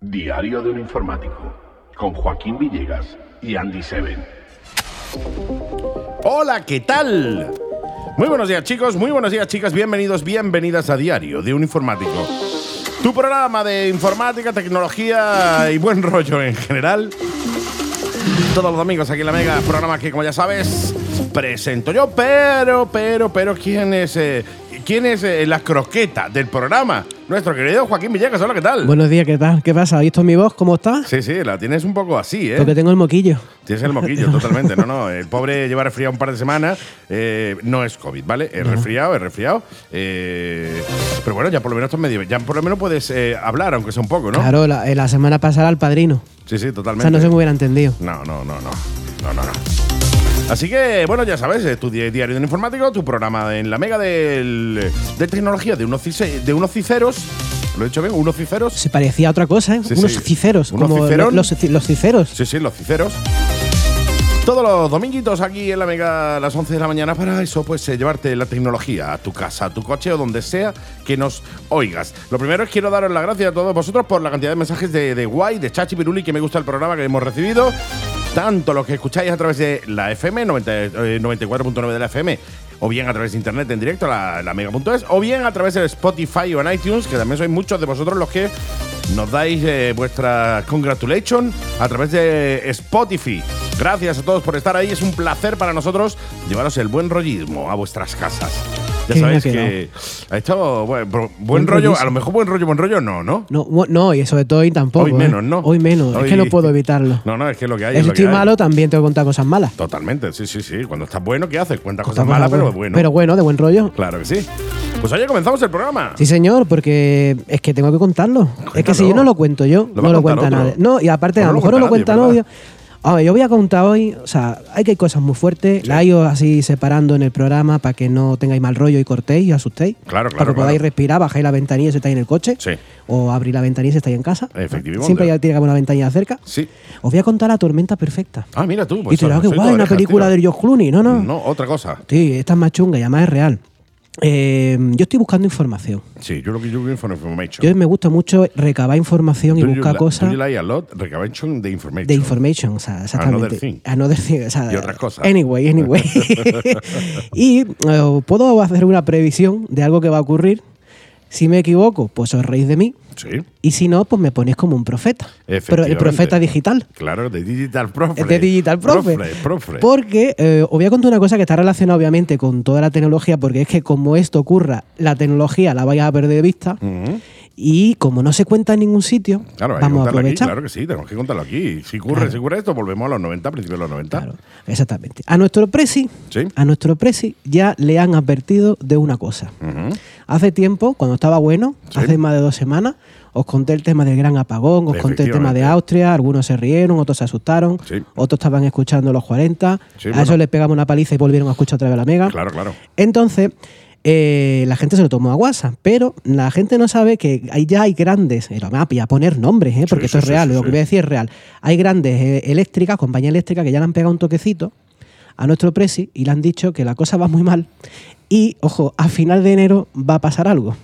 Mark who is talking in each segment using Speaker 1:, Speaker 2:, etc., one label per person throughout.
Speaker 1: diario de un informático con Joaquín Villegas y Andy Seven.
Speaker 2: Hola, ¿qué tal? Muy buenos días chicos, muy buenos días chicas, bienvenidos, bienvenidas a Diario de un Informático. Tu programa de informática, tecnología y buen rollo en general. Todos los domingos aquí en la Mega, programa que como ya sabes presento yo, pero, pero, pero, ¿quién es, eh, quién es eh, la croqueta del programa? Nuestro querido Joaquín Villegas, hola, ¿qué tal?
Speaker 3: Buenos días, ¿qué tal? ¿Qué pasa? ¿Has visto mi voz? ¿Cómo está?
Speaker 2: Sí, sí, la tienes un poco así, ¿eh?
Speaker 3: Porque tengo el moquillo.
Speaker 2: Tienes el moquillo, totalmente. No, no, el pobre lleva resfriado un par de semanas. Eh, no es COVID, ¿vale? Es resfriado, es resfriado. Eh, pero bueno, ya por lo menos estás medio. Ya por lo menos puedes eh, hablar, aunque sea un poco, ¿no?
Speaker 3: Claro, la, eh, la semana pasada al padrino.
Speaker 2: Sí, sí,
Speaker 3: O
Speaker 2: totalmente.
Speaker 3: sea, no se me hubiera entendido.
Speaker 2: No, no, no, no. No, no, no. Así que, bueno, ya sabes, eh, tu di- diario de un informático, tu programa en la mega del- de tecnología de unos, cise- de unos ciceros. ¿Lo he dicho bien? ¿Unos ciceros?
Speaker 3: Se parecía a otra cosa, ¿eh?
Speaker 2: Sí,
Speaker 3: Unos
Speaker 2: sí.
Speaker 3: ciceros.
Speaker 2: Unos
Speaker 3: como
Speaker 2: cicerón.
Speaker 3: Los, ci- los ciceros.
Speaker 2: Sí, sí, los ciceros. Todos los dominguitos aquí en la Mega a las 11 de la mañana para eso, pues eh, llevarte la tecnología a tu casa, a tu coche o donde sea que nos oigas. Lo primero es quiero daros las gracias a todos vosotros por la cantidad de mensajes de, de guay, de Chachi Piruli, que me gusta el programa que hemos recibido. Tanto los que escucháis a través de la FM, 90, eh, 94.9 de la FM, o bien a través de internet en directo, la, la mega.es, o bien a través de Spotify o en iTunes, que también sois muchos de vosotros los que nos dais eh, vuestra congratulation a través de Spotify. Gracias a todos por estar ahí. Es un placer para nosotros llevaros el buen rollismo a vuestras casas. Ya
Speaker 3: Qué bien
Speaker 2: sabéis
Speaker 3: ha quedado.
Speaker 2: que ha estado buen, buen
Speaker 3: Buen
Speaker 2: rollo.
Speaker 3: rollismo.
Speaker 2: A lo mejor buen rollo, buen rollo no, ¿no?
Speaker 3: No, bu- no, y sobre todo hoy tampoco.
Speaker 2: Hoy
Speaker 3: ¿eh?
Speaker 2: menos, ¿no?
Speaker 3: Hoy menos. Es que no
Speaker 2: Hoy-
Speaker 3: puedo evitarlo.
Speaker 2: No, no, es que es lo que hay.
Speaker 3: Si
Speaker 2: es lo que
Speaker 3: estoy
Speaker 2: hay.
Speaker 3: malo, también tengo que contar cosas malas.
Speaker 2: Totalmente, sí, sí, sí. Cuando estás bueno, ¿qué haces? Cuentas cosas
Speaker 3: Contar
Speaker 2: malas, pero bueno.
Speaker 3: Pero bueno, de buen rollo.
Speaker 2: Claro que sí. Pues oye, comenzamos el programa.
Speaker 3: Sí, señor, porque es que tengo que contarlo. Es que si yo no lo cuento yo,
Speaker 2: Lo va
Speaker 3: no
Speaker 2: a
Speaker 3: lo
Speaker 2: contar
Speaker 3: cuenta
Speaker 2: otro.
Speaker 3: nadie. No, y aparte,
Speaker 2: O
Speaker 3: a
Speaker 2: no
Speaker 3: lo
Speaker 2: lo
Speaker 3: mejor no lo
Speaker 2: cuenta
Speaker 3: cuenta
Speaker 2: nadie,
Speaker 3: nadie. A ver, yo voy a contar hoy, o sea, hay que hay cosas muy fuertes, la he ido así separando en el programa para que no tengáis mal rollo y cortéis y asustéis.
Speaker 2: Claro, claro,
Speaker 3: Para que podáis
Speaker 2: claro.
Speaker 3: respirar, bajáis la ventanilla si estáis en el coche.
Speaker 2: Sí.
Speaker 3: O abrir la ventanilla si estáis en casa.
Speaker 2: Efectivamente.
Speaker 3: Siempre ya tiene que haber una ventanilla cerca.
Speaker 2: Sí.
Speaker 3: Os voy a contar la tormenta perfecta.
Speaker 2: Ah, mira tú.
Speaker 3: y
Speaker 2: pues
Speaker 3: te dirás
Speaker 2: soy-
Speaker 3: que
Speaker 2: soy
Speaker 3: guay,
Speaker 2: tu
Speaker 3: una
Speaker 2: oreja,
Speaker 3: película
Speaker 2: tío.
Speaker 3: de George Clooney. No, no.
Speaker 2: No, otra cosa.
Speaker 3: Sí, esta es más chunga y además es real. Eh, yo estoy buscando información.
Speaker 2: Sí, yo lo que yo creo que information.
Speaker 3: Yo me gusta mucho recabar información y
Speaker 2: Do you
Speaker 3: buscar
Speaker 2: li-
Speaker 3: cosas
Speaker 2: do you like a lot? Recavention de information.
Speaker 3: de information, o sea, exactamente.
Speaker 2: Another thing.
Speaker 3: Another thing, o sea,
Speaker 2: Y otras cosas.
Speaker 3: Anyway, anyway. y eh, puedo hacer una previsión de algo que va a ocurrir. Si me equivoco, pues os reís de mí.
Speaker 2: Sí.
Speaker 3: Y si no, pues me ponéis como un profeta. Pero el
Speaker 2: Efectivamente.
Speaker 3: profeta digital.
Speaker 2: Claro, de Digital Profe.
Speaker 3: De Digital Profe.
Speaker 2: profe.
Speaker 3: Porque eh, os voy a contar una cosa que está relacionada obviamente con toda la tecnología, porque es que como esto ocurra, la tecnología la vais a perder de vista.
Speaker 2: Ujú.
Speaker 3: Y como no se cuenta en ningún sitio,
Speaker 2: Claro, hay que
Speaker 3: vamos a
Speaker 2: contarlo aquí.
Speaker 3: aprovechar.
Speaker 2: Claro que sí, tenemos que contarlo aquí. Si ocurre, si ocurre esto, volvemos a los 90, principios de los 90.
Speaker 3: Claro, Ah. exactamente. A nuestro presi,
Speaker 2: Sí.
Speaker 3: a nuestro presi ya le han advertido de una cosa.
Speaker 2: Ujú.
Speaker 3: Hace tiempo, cuando estaba bueno,
Speaker 2: Sí.
Speaker 3: hace más de dos semanas, os conté el tema del gran apagón, os conté el tema
Speaker 2: Efectivamente.
Speaker 3: de Austria, algunos se rieron, otros se asustaron,
Speaker 2: Sí.
Speaker 3: otros estaban escuchando los 40,
Speaker 2: Sí,
Speaker 3: a
Speaker 2: bueno.
Speaker 3: eso les pegamos una paliza y volvieron a escuchar otra vez la mega.
Speaker 2: Claro, claro.
Speaker 3: Entonces, eh, la gente se lo tomó a guasa, pero la gente no sabe que ahí ya hay grandes, eh, lo me voy a poner nombres, eh,
Speaker 2: Sí,
Speaker 3: porque
Speaker 2: sí,
Speaker 3: esto es
Speaker 2: sí,
Speaker 3: real,
Speaker 2: sí,
Speaker 3: lo
Speaker 2: sí.
Speaker 3: que voy a decir es real. Hay grandes eh, eléctricas, compañías eléctricas que ya le han pegado un toquecito a nuestro presi y le han dicho que la cosa va muy mal y, ojo, a final de enero va a pasar algo.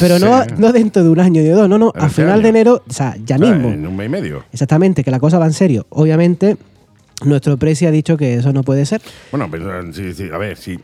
Speaker 3: Pero no,
Speaker 2: Sí.
Speaker 3: no dentro de un año y de dos, no, no,
Speaker 2: Pero
Speaker 3: a
Speaker 2: este
Speaker 3: final
Speaker 2: año.
Speaker 3: de enero, o sea, ya
Speaker 2: O sea,
Speaker 3: mismo.
Speaker 2: Ah, En un mes y medio.
Speaker 3: Exactamente, que la cosa va en serio. Obviamente, nuestro presi ha dicho que eso no puede ser.
Speaker 2: Bueno, pero, sí, sí, a ver, sí.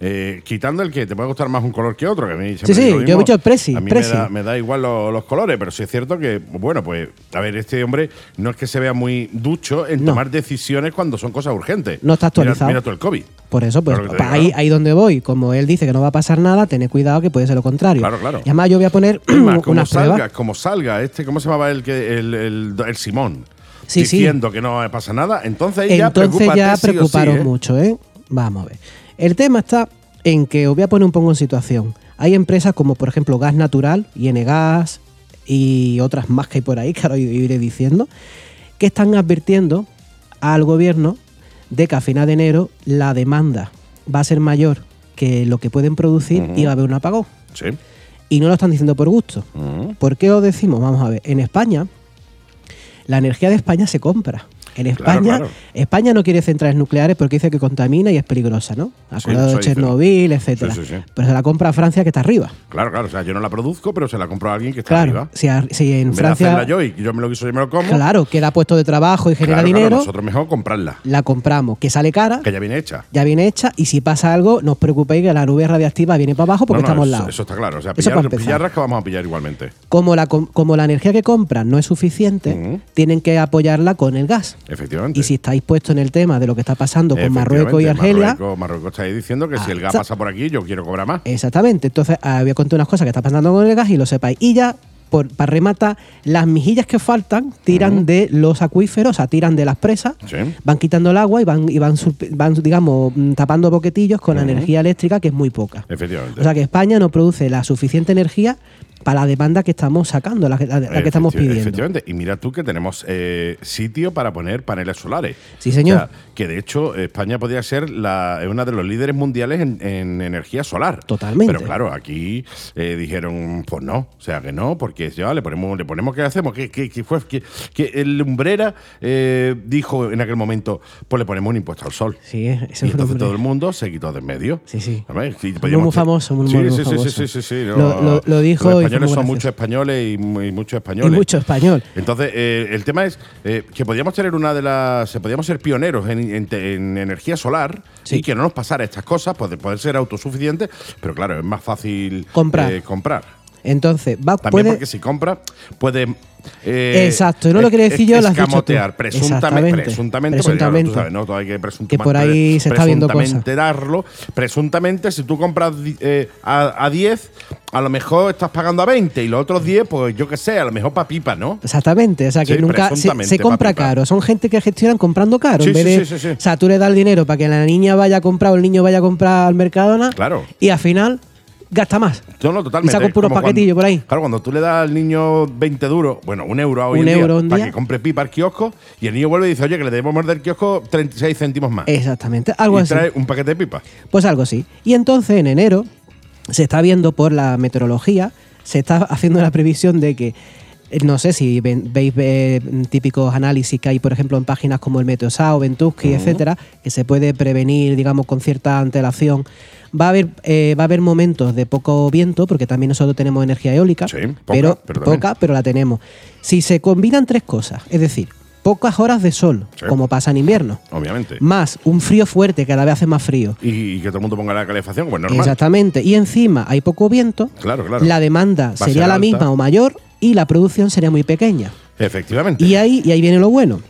Speaker 2: Eh, quitando el que te puede gustar más un color que otro, que a mí siempre
Speaker 3: Sí, sí,
Speaker 2: digo lo
Speaker 3: yo he
Speaker 2: mismo.
Speaker 3: dicho Prezi,
Speaker 2: A mí
Speaker 3: Prezi.
Speaker 2: Me, da, me da igual lo- los colores, pero sí es cierto que, bueno, pues, a ver, este hombre no es que se vea muy ducho en
Speaker 3: No.
Speaker 2: tomar decisiones cuando son cosas urgentes.
Speaker 3: No está actualizado.
Speaker 2: Mira, mira tú el COVID.
Speaker 3: Por eso, pues
Speaker 2: Claro que te
Speaker 3: pa-
Speaker 2: digo,
Speaker 3: ahí,
Speaker 2: claro.
Speaker 3: ahí donde voy, como él dice que no va a pasar nada, tened cuidado que puede ser lo contrario.
Speaker 2: Claro, claro.
Speaker 3: Y además yo voy a poner
Speaker 2: Es más, como
Speaker 3: unas
Speaker 2: salga,
Speaker 3: pruebas.
Speaker 2: como salga este, ¿cómo se llamaba el que el, el- el Simón?
Speaker 3: Sí, sí.
Speaker 2: diciendo que no pasa nada, entonces ahí ya
Speaker 3: Entonces
Speaker 2: preocúpate sí o
Speaker 3: ya
Speaker 2: sí,
Speaker 3: preocuparon
Speaker 2: ¿eh?
Speaker 3: mucho, ¿eh? Vamos a ver. El tema está en que os voy a poner un poco en situación. Hay empresas como, por ejemplo, Gas Natural, INGAS y otras más que hay por ahí, que ahora iré diciendo, que están advirtiendo al gobierno de que a final de enero la demanda va a ser mayor que lo que pueden producir y va a haber un apagón.
Speaker 2: Sí. Mm.
Speaker 3: Y no lo están diciendo por gusto.
Speaker 2: Ujú.
Speaker 3: ¿Por qué os decimos? Vamos a ver, en España, la energía de España se compra. En España,
Speaker 2: Claro, claro.
Speaker 3: España no quiere centrales nucleares porque dice que contamina y es peligrosa, ¿no? Acordado
Speaker 2: eso
Speaker 3: de
Speaker 2: dice.
Speaker 3: Chernobyl, etcétera.
Speaker 2: Sí, sí, sí.
Speaker 3: Pero se la compra a Francia que está arriba.
Speaker 2: Claro, claro. O sea, yo no la produzco, pero se la compro a alguien que está
Speaker 3: claro,
Speaker 2: arriba.
Speaker 3: si, ar- si en
Speaker 2: En vez de
Speaker 3: Francia,
Speaker 2: hacerla yo y yo me lo quiso y me lo como.
Speaker 3: claro, que da puesto de trabajo y genera
Speaker 2: claro, claro,
Speaker 3: dinero,
Speaker 2: nosotros mejor comprarla,
Speaker 3: la compramos, que sale cara,
Speaker 2: que ya viene hecha.
Speaker 3: ya viene hecha y si pasa algo, no os preocupéis que la nube radiactiva viene para abajo porque
Speaker 2: No, no,
Speaker 3: estamos al
Speaker 2: eso,
Speaker 3: lado.
Speaker 2: eso está claro. O sea,
Speaker 3: Eso para
Speaker 2: pillar,
Speaker 3: empezar.
Speaker 2: pillarras que vamos a pillar igualmente.
Speaker 3: Como la, com- como la energía que compran no es suficiente,
Speaker 2: Ujú.
Speaker 3: tienen que apoyarla con el gas.
Speaker 2: Efectivamente.
Speaker 3: Y si estáis puestos en el tema de lo que está pasando con Marruecos y
Speaker 2: Efectivamente,
Speaker 3: Argelia, Ah,
Speaker 2: Marruecos, Marruecos está ahí diciendo que si el gas
Speaker 3: Hasta-
Speaker 2: pasa por aquí, yo quiero cobrar más.
Speaker 3: Exactamente. Entonces, ah, voy a contar unas cosas que está pasando con el gas y lo sepáis. Y ya, por, para rematar, las mijillas que faltan tiran de los acuíferos, o sea, tiran de las presas,
Speaker 2: Sí.
Speaker 3: van quitando el agua y van, y van, surp- van, digamos, mm, tapando boquetillos con la energía eléctrica, que es muy poca.
Speaker 2: Efectivamente.
Speaker 3: O sea, que España no produce la suficiente energía para la demanda que estamos sacando, la que, la- la que estamos
Speaker 2: Efecti-
Speaker 3: pidiendo.
Speaker 2: Efectivamente. Y mira tú que tenemos eh, sitio para poner paneles solares.
Speaker 3: Sí, señor.
Speaker 2: O sea, que de hecho España podría ser la, una de los líderes mundiales en, en energía solar.
Speaker 3: Totalmente.
Speaker 2: Pero claro, aquí eh, dijeron, pues no, o sea que no, porque ya le ponemos, le ponemos qué hacemos, que, que, que fue que, que el Lumbrera eh, dijo en aquel momento, pues le ponemos un impuesto al sol.
Speaker 3: Sí, ese es
Speaker 2: Y
Speaker 3: un
Speaker 2: entonces
Speaker 3: hombre.
Speaker 2: todo el mundo se quitó de en medio.
Speaker 3: Sí, sí.
Speaker 2: A ver, sí,
Speaker 3: Muy,
Speaker 2: podíamos-
Speaker 3: muy famoso, muy,
Speaker 2: sí,
Speaker 3: muy, muy
Speaker 2: sí, sí,
Speaker 3: famoso.
Speaker 2: Sí, sí, sí, sí, no.
Speaker 3: Lo- lo- lo dijo
Speaker 2: Los
Speaker 3: y fue
Speaker 2: españoles
Speaker 3: muy
Speaker 2: son
Speaker 3: gracioso.
Speaker 2: muchos españoles y, mu- y muchos
Speaker 3: Y
Speaker 2: españoles.
Speaker 3: mucho español.
Speaker 2: Entonces, eh, el tema es eh, que podíamos tener una de las. se Podíamos ser pioneros en, en te- en energía solar
Speaker 3: Sí.
Speaker 2: y que no nos pasara estas cosas, pues de poder ser autosuficientes, pero claro, es más fácil
Speaker 3: Comprar.
Speaker 2: eh, comprar.
Speaker 3: Entonces, va,
Speaker 2: También
Speaker 3: puede,
Speaker 2: porque si compras, puedes. eh,
Speaker 3: Exacto, no lo
Speaker 2: es-
Speaker 3: quería decir yo, lo has dicho tú.
Speaker 2: Escamotear, presuntamente.
Speaker 3: Exactamente,
Speaker 2: Presuntamente, porque, claro,
Speaker 3: presuntamente.
Speaker 2: tú sabes, ¿no? Todo hay que
Speaker 3: Que por ahí se está viendo cosas.
Speaker 2: Presuntamentearlo. Presuntamente, si tú compras di- eh, a, a 10, a lo mejor estás pagando a 20 y los otros 10, pues yo qué sé, a lo mejor para pipa, ¿no?
Speaker 3: Exactamente, o sea que
Speaker 2: Sí,
Speaker 3: nunca se- se,
Speaker 2: presuntamente,
Speaker 3: compra
Speaker 2: papi, papi.
Speaker 3: caro. Son gente que gestionan comprando caro.
Speaker 2: Sí,
Speaker 3: en vez
Speaker 2: sí,
Speaker 3: de-
Speaker 2: sí, sí, sí.
Speaker 3: O sea, tú le das el dinero para que la niña vaya a comprar o el niño vaya a comprar al Mercadona.
Speaker 2: Claro.
Speaker 3: Y al final gasta más.
Speaker 2: No, no, totalmente.
Speaker 3: Y saco
Speaker 2: Es
Speaker 3: puros
Speaker 2: como
Speaker 3: paquetillos
Speaker 2: cuando-
Speaker 3: por ahí.
Speaker 2: Claro, cuando tú le das al niño 20 duros, bueno, un euro a hoy
Speaker 3: Un
Speaker 2: en
Speaker 3: euro
Speaker 2: día,
Speaker 3: un
Speaker 2: para
Speaker 3: día.
Speaker 2: que compre pipa al kiosco, y el niño vuelve y dice, oye, que le debemos del kiosco 36 céntimos más.
Speaker 3: Exactamente, algo
Speaker 2: y
Speaker 3: así.
Speaker 2: trae un paquete de pipa.
Speaker 3: Pues algo así. Y entonces en enero se está viendo por la meteorología, se está haciendo la previsión de que, eh, no sé si ven- veis eh, típicos análisis que hay, por ejemplo, en páginas como el Meteosao, Ventusky, etcétera, que se puede prevenir, digamos, con cierta antelación. Va a haber, eh, va a haber momentos de poco viento, porque también nosotros tenemos energía eólica,
Speaker 2: Sí, poca,
Speaker 3: pero,
Speaker 2: pero también.
Speaker 3: poca, pero la tenemos. Si se combinan tres cosas, es decir, pocas horas de sol,
Speaker 2: Sí.
Speaker 3: como pasa en invierno,
Speaker 2: Obviamente.
Speaker 3: más un frío fuerte, cada vez hace más frío,
Speaker 2: Y, y que todo el mundo ponga la calefacción, pues normal.
Speaker 3: Exactamente. Y encima hay poco viento.
Speaker 2: Claro, claro.
Speaker 3: La demanda
Speaker 2: a
Speaker 3: sería
Speaker 2: ser
Speaker 3: la
Speaker 2: alta.
Speaker 3: misma o mayor y la producción sería muy pequeña.
Speaker 2: Efectivamente.
Speaker 3: Y ahí, y ahí viene lo bueno.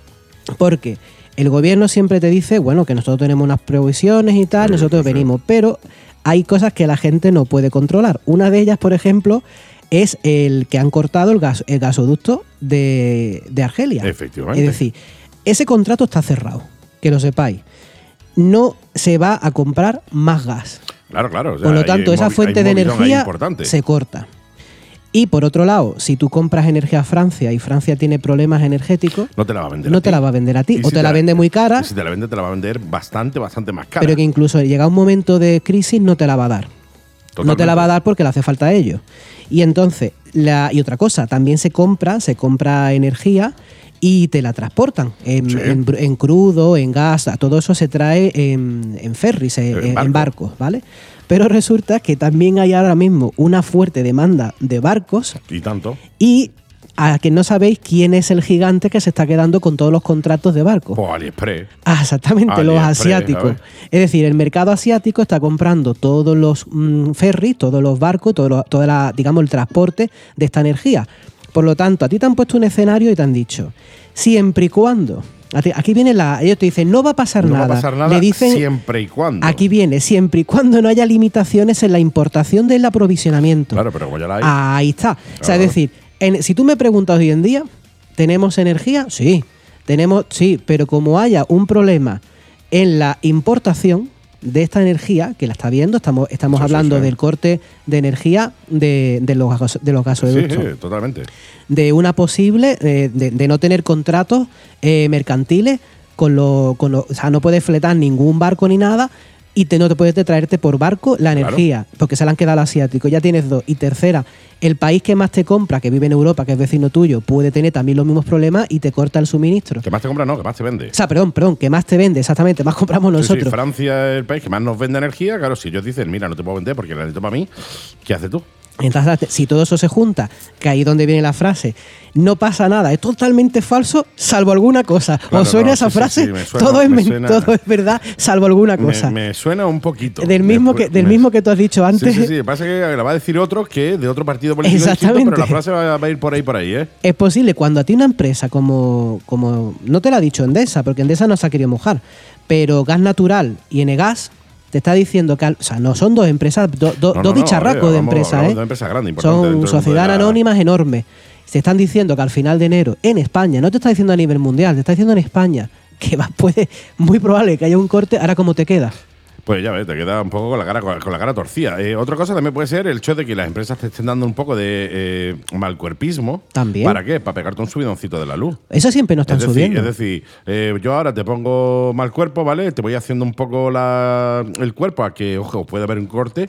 Speaker 3: Porque el gobierno siempre te dice, bueno, que nosotros tenemos unas provisiones y tal,
Speaker 2: Sí,
Speaker 3: nosotros
Speaker 2: sí, sí.
Speaker 3: venimos. Pero hay cosas que la gente no puede controlar. Una de ellas, por ejemplo, es el que han cortado el, gas, el gasoducto de, de Argelia.
Speaker 2: Efectivamente.
Speaker 3: Es decir, ese contrato está cerrado, que lo sepáis. No se va a comprar más gas.
Speaker 2: Claro, claro. o sea,
Speaker 3: Por lo
Speaker 2: ahí
Speaker 3: tanto,
Speaker 2: hay
Speaker 3: esa
Speaker 2: movi-
Speaker 3: fuente
Speaker 2: hay
Speaker 3: de
Speaker 2: movidón ahí
Speaker 3: energía
Speaker 2: importante.
Speaker 3: se corta. Y por otro lado, si tú compras energía a Francia y Francia tiene problemas energéticos,
Speaker 2: No te la va a vender.
Speaker 3: no
Speaker 2: a
Speaker 3: te
Speaker 2: ti.
Speaker 3: la va a vender a ti.
Speaker 2: Y
Speaker 3: O
Speaker 2: si
Speaker 3: te la vende muy cara,
Speaker 2: y si te la vende, te la va a vender bastante, bastante más cara.
Speaker 3: pero que incluso llega un momento de crisis no te la va a dar. No te la va a dar porque le hace falta a ellos. Y entonces, la, y otra cosa, también se compra, se compra energía y te la transportan en,
Speaker 2: Sí.
Speaker 3: en br- en crudo, en gas, a todo eso se trae en, en ferries, en,
Speaker 2: En
Speaker 3: en
Speaker 2: barco.
Speaker 3: barcos, ¿vale? Pero resulta que también hay ahora mismo una fuerte demanda de barcos
Speaker 2: Y tanto.
Speaker 3: y a que no sabéis quién es el gigante que se está quedando con todos los contratos de barcos.
Speaker 2: Pues AliExpress.
Speaker 3: Ah, exactamente, los
Speaker 2: AliExpress,
Speaker 3: asiáticos.
Speaker 2: a
Speaker 3: Es decir, el mercado asiático está comprando todos los mm, ferries, todos los barcos, todo, lo- toda la, digamos, el transporte de esta energía. Por lo tanto, a ti te han puesto un escenario y te han dicho, siempre y cuando. a ti- Aquí viene la. Ellos te dicen, no va a pasar
Speaker 2: No va
Speaker 3: nada.
Speaker 2: a pasar nada
Speaker 3: Le dicen,
Speaker 2: siempre y cuando.
Speaker 3: Aquí viene, siempre y cuando no haya limitaciones en la importación del aprovisionamiento.
Speaker 2: Claro, pero como ya la hay.
Speaker 3: Ahí está. O sea, es
Speaker 2: Claro.
Speaker 3: decir, en- si tú me preguntas hoy en día, ¿tenemos energía? Sí. Tenemos, sí, pero como haya un problema en la importación de esta energía, que la está viendo, estamos, estamos
Speaker 2: Sí, sí,
Speaker 3: hablando
Speaker 2: sí.
Speaker 3: del corte de energía de, de los, gaso- de los
Speaker 2: sí,
Speaker 3: gasoductos,
Speaker 2: sí, totalmente.
Speaker 3: de una posible, eh, de, de no tener contratos eh, mercantiles, con lo, con lo- o sea, no puedes fletar ningún barco ni nada. Y te, no te puedes traerte por barco la
Speaker 2: Claro.
Speaker 3: energía, porque se la han quedado al asiático. Ya tienes dos. Y tercera, El país que más te compra, que vive en Europa, que es vecino tuyo, puede tener también los mismos problemas y te corta el suministro.
Speaker 2: Que más te compra, no, que más te vende.
Speaker 3: O sea, perdón, perdón, que más te vende, exactamente, más compramos
Speaker 2: Sí, sí,
Speaker 3: nosotros.
Speaker 2: Francia es el país que más nos vende energía. Claro, si ellos dicen, mira, no te puedo vender porque la necesito para mí, ¿qué haces tú?
Speaker 3: Entonces, si todo eso se junta, que ahí es donde viene la frase, no pasa nada, es totalmente falso, salvo alguna cosa.
Speaker 2: Claro,
Speaker 3: ¿Os suena
Speaker 2: no,
Speaker 3: esa
Speaker 2: sí, sí,
Speaker 3: frase?
Speaker 2: sí, me suena,
Speaker 3: todo, es
Speaker 2: me
Speaker 3: men-
Speaker 2: suena.
Speaker 3: todo es verdad, salvo alguna
Speaker 2: Me-
Speaker 3: cosa.
Speaker 2: Me, suena un poquito.
Speaker 3: del
Speaker 2: Me
Speaker 3: mismo,
Speaker 2: pu-
Speaker 3: que, del
Speaker 2: me-
Speaker 3: mismo que tú has dicho
Speaker 2: Sí,
Speaker 3: antes,
Speaker 2: sí, sí. Pasa que la va a decir otro que es de otro partido político distinto,
Speaker 3: Exactamente.
Speaker 2: pero la frase va va a ir por ahí, por ahí, ¿eh?
Speaker 3: es posible cuando a ti una empresa como, como no te la ha dicho Endesa, porque Endesa no se ha querido mojar, pero Gas Natural y Enegas te está diciendo que, al- o sea, no son dos empresas, do- do-
Speaker 2: No, no,
Speaker 3: dos
Speaker 2: no,
Speaker 3: bicharracos
Speaker 2: oye,
Speaker 3: de
Speaker 2: vamos,
Speaker 3: empresas,
Speaker 2: hablamos
Speaker 3: ¿eh?
Speaker 2: de empresas grandes, importantes dentro
Speaker 3: son
Speaker 2: del mundo
Speaker 3: sociedades
Speaker 2: de la-
Speaker 3: anónimas enormes. Se están diciendo que al final de enero en España, no te está diciendo a nivel mundial, te está diciendo en España que va, puede, muy probable que haya un corte, ahora como te queda.
Speaker 2: Pues ya ves, te queda un poco con la cara, con, la cara torcida. Eh, otra cosa también puede ser el hecho de que las empresas te estén dando un poco de eh, malcuerpismo.
Speaker 3: También.
Speaker 2: ¿Para qué? Para pegarte un subidoncito de la luz.
Speaker 3: Eso siempre nos están
Speaker 2: es decir,
Speaker 3: subiendo.
Speaker 2: es decir, eh, yo ahora te pongo mal cuerpo, ¿vale? Te voy haciendo un poco la- el cuerpo a que, ojo, puede haber un corte.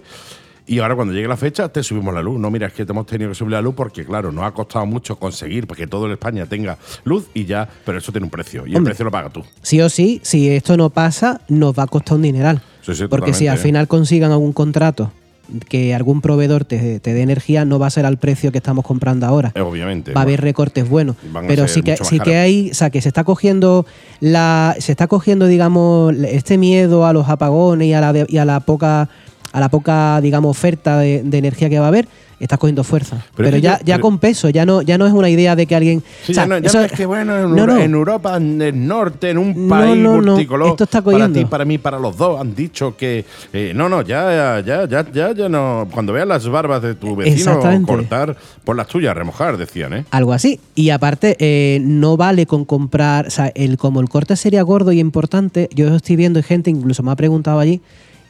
Speaker 2: Y ahora cuando llegue la fecha te subimos la luz. No, mira, es que te hemos tenido que subir la luz porque, claro, nos ha costado mucho conseguir que todo España tenga luz y ya, pero eso tiene un precio. Y el
Speaker 3: Hombre.
Speaker 2: precio lo pagas tú.
Speaker 3: Sí o sí, si esto no pasa, nos va a costar un dineral.
Speaker 2: Sí, sí,
Speaker 3: Porque si
Speaker 2: totalmente,
Speaker 3: al
Speaker 2: ¿eh?
Speaker 3: final consigan algún contrato que algún proveedor te, te dé energía, no va a ser al precio que estamos comprando ahora.
Speaker 2: Eh, obviamente.
Speaker 3: Va a haber
Speaker 2: Bueno,
Speaker 3: recortes buenos.
Speaker 2: Van a
Speaker 3: Pero
Speaker 2: ser
Speaker 3: sí que,
Speaker 2: mucho más
Speaker 3: sí que
Speaker 2: caros.
Speaker 3: hay, o sea, que se está cogiendo la. Se está cogiendo, digamos, este miedo a los apagones y a la, de- y a la poca a la poca, digamos, oferta de, de energía que va a haber, está cogiendo fuerza.
Speaker 2: Pero
Speaker 3: Pero,
Speaker 2: es que
Speaker 3: ya,
Speaker 2: yo-
Speaker 3: ya
Speaker 2: pero-
Speaker 3: con peso, ya no, ya no es una idea de que alguien.
Speaker 2: Sí,
Speaker 3: o sea,
Speaker 2: ya no, ya
Speaker 3: eso-
Speaker 2: no es que bueno, en,
Speaker 3: No,
Speaker 2: Euro-
Speaker 3: no.
Speaker 2: en Europa, en el norte, en un
Speaker 3: No,
Speaker 2: país
Speaker 3: no, no.
Speaker 2: multicolor,
Speaker 3: Esto está
Speaker 2: para
Speaker 3: cogiendo.
Speaker 2: ti, para mí, para los dos, han dicho que eh, no, no, ya, ya, ya, ya, ya no. Cuando veas las barbas de tu vecino
Speaker 3: Exactamente.
Speaker 2: cortar, por las tuyas, remojar, decían, ¿eh?
Speaker 3: Algo así. Y aparte, eh, no vale con comprar. O sea, el, como el corte sería gordo y importante, yo estoy viendo gente, incluso me ha preguntado allí,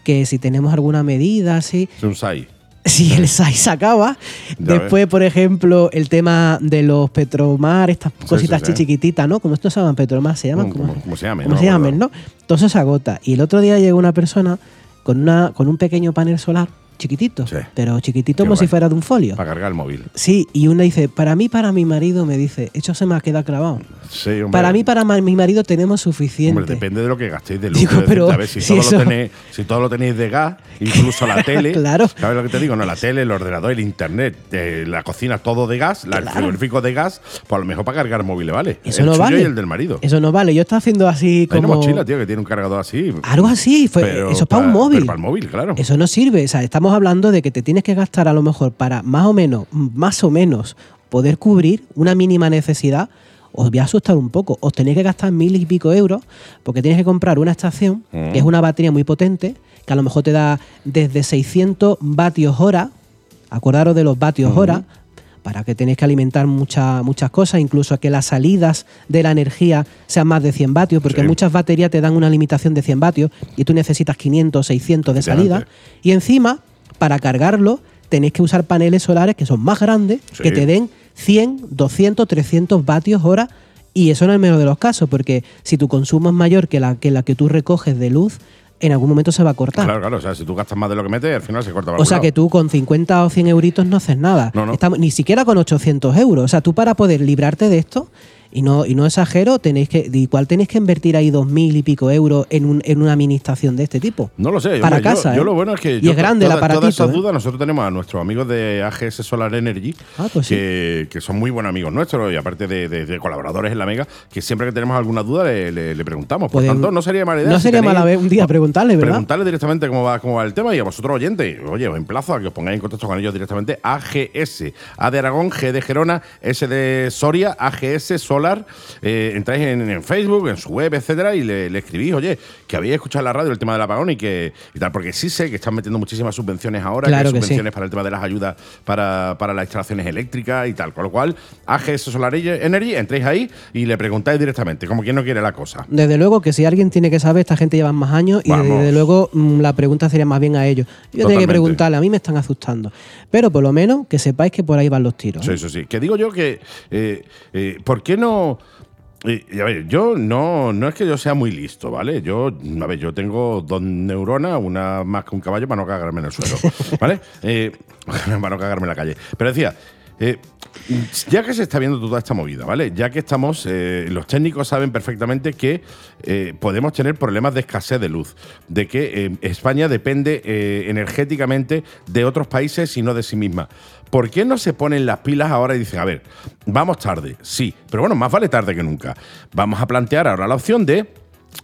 Speaker 3: que si tenemos alguna medida así.
Speaker 2: Es un SAI.
Speaker 3: Si el SAI se acaba.
Speaker 2: Ya
Speaker 3: Después, por ejemplo, el tema de los Petromar, estas cositas
Speaker 2: sí,
Speaker 3: así
Speaker 2: sí.
Speaker 3: chiquititas, ¿no? Como estos se llaman Petromar, se llaman.
Speaker 2: Mm, como- como se llame,
Speaker 3: como
Speaker 2: no
Speaker 3: se
Speaker 2: me acuerdo.
Speaker 3: llamen, ¿no? Entonces se agota. Y el otro día llegó una persona con, una, con un pequeño panel solar, chiquitito,
Speaker 2: Sí.
Speaker 3: pero
Speaker 2: Qué
Speaker 3: chiquitito como si
Speaker 2: guay.
Speaker 3: fuera de un folio.
Speaker 2: Para cargar el móvil.
Speaker 3: Sí, y una dice, para mí, para mi marido, me dice, eso se me ha quedado clavado.
Speaker 2: Sí, hombre.
Speaker 3: Para mí, para ma- mi marido tenemos suficiente.
Speaker 2: Hombre, depende de lo que gastéis de luz.
Speaker 3: Digo,
Speaker 2: Quiero decirte,
Speaker 3: pero
Speaker 2: a ver, si,
Speaker 3: si
Speaker 2: todo
Speaker 3: eso-
Speaker 2: lo tenéis, si todo lo tenéis de gas, incluso la tele.
Speaker 3: Claro.
Speaker 2: ¿Sabes lo que te digo? No, la tele, el ordenador, el internet, eh, la cocina, todo de gas, la, el frigorífico de gas, pues a lo mejor para cargar móviles, ¿vale?
Speaker 3: eso
Speaker 2: el
Speaker 3: no
Speaker 2: suyo
Speaker 3: vale.
Speaker 2: y el del marido.
Speaker 3: Eso no vale. Yo estaba haciendo así
Speaker 2: Hay una
Speaker 3: como...
Speaker 2: mochila, tío, que tiene un cargador así.
Speaker 3: Algo así. Fue,
Speaker 2: pero
Speaker 3: eso es para un móvil.
Speaker 2: Pero para el móvil, claro.
Speaker 3: Eso no sirve. O sea, estamos hablando de que te tienes que gastar a lo mejor para más o menos, más o menos, poder cubrir una mínima necesidad. Os voy a asustar un poco. Os tenéis que gastar mil y pico euros porque tienes que comprar una estación
Speaker 2: Mm.
Speaker 3: que es una batería muy potente que a lo mejor te da desde 600 vatios hora. Acordaros de los
Speaker 2: Mm.
Speaker 3: vatios hora para que tenéis que alimentar mucha- muchas cosas, incluso a que las salidas de la energía sean más de 100 vatios, porque
Speaker 2: Sí.
Speaker 3: muchas baterías te dan una limitación de 100 vatios y tú necesitas 500, 600 de salida.
Speaker 2: Efectivamente.
Speaker 3: Y encima, para cargarlo, tenéis que usar paneles solares que son más grandes,
Speaker 2: Sí.
Speaker 3: que te den 100, 200, 300 vatios hora. Y eso no es el menor de los casos, porque si tu consumo es mayor que la que, la que tú recoges de luz, en algún momento se va a cortar.
Speaker 2: Claro, claro. O sea, si tú gastas más de lo que metes, al final se corta para
Speaker 3: O
Speaker 2: algún
Speaker 3: sea
Speaker 2: lado.
Speaker 3: que tú con 50 o 100 euritos no haces nada.
Speaker 2: No, no.
Speaker 3: Estamos- ni siquiera con 800 euros. O sea, tú para poder librarte de esto, y no, y no exagero, tenéis que, igual tenéis que invertir ahí 2.000 y pico euros en, un- en una administración de este tipo.
Speaker 2: No lo sé.
Speaker 3: Para
Speaker 2: hombre, yo-
Speaker 3: casa,
Speaker 2: Yo,
Speaker 3: ¿eh?
Speaker 2: lo bueno es que.
Speaker 3: Y
Speaker 2: yo
Speaker 3: es grande el
Speaker 2: toda- todas
Speaker 3: aparatito,
Speaker 2: esas
Speaker 3: ¿eh?
Speaker 2: dudas nosotros tenemos a nuestros amigos de AGS Solar Energy,
Speaker 3: Ah, pues sí.
Speaker 2: que, que son muy buenos amigos nuestros y aparte de, de- de colaboradores en la Mega, que siempre que tenemos alguna duda le, le- le preguntamos. Por
Speaker 3: Pueden-
Speaker 2: tanto, no sería mala idea.
Speaker 3: Pues, No
Speaker 2: si
Speaker 3: sería
Speaker 2: tenéis-
Speaker 3: mala vez un día preguntarle, ¿verdad?
Speaker 2: Preguntarle directamente cómo va, cómo va el tema y a vosotros, oyentes, oye, os emplazo a que os pongáis en contacto con ellos directamente. AGS, A de Aragón, G de Gerona, S de Soria, AGS Solar. Eh, entráis en, en Facebook, en su web, etcétera, y le, le escribís, oye, que habéis escuchado en la radio el tema del apagón y que y tal, porque sí sé que están metiendo muchísimas subvenciones ahora, que hay
Speaker 3: Claro que sí.
Speaker 2: subvenciones para el tema de las ayudas para, para las instalaciones eléctricas y tal. Con lo cual, AGS Solar Energy, entréis ahí y le preguntáis directamente, como quien no quiere la cosa.
Speaker 3: Desde luego que si alguien tiene que saber, esta gente lleva más años y
Speaker 2: Vamos.
Speaker 3: desde luego mm, la pregunta sería más bien a ellos. Yo tengo que
Speaker 2: Totalmente.
Speaker 3: preguntarle, a mí me están asustando. Pero por lo menos que sepáis que por ahí van los tiros.
Speaker 2: Sí,
Speaker 3: ¿eh?
Speaker 2: eso sí. Que digo yo que. eh, eh, ¿Por qué no.? Y, y a ver, yo no, no es que yo sea muy listo, ¿vale? Yo, a ver, yo tengo dos neuronas, una más que un caballo para no cagarme en el suelo, ¿vale? Eh, para no cagarme en la calle. Pero decía, eh, ya que se está viendo toda esta movida, ¿vale? Ya que estamos, eh, los técnicos saben perfectamente que eh, podemos tener problemas de escasez de luz, de que eh, España depende eh, energéticamente de otros países y no de sí misma. ¿Por qué no se ponen las pilas ahora y dicen, a ver, vamos tarde? Sí, pero bueno, más vale tarde que nunca. Vamos a plantear ahora la opción de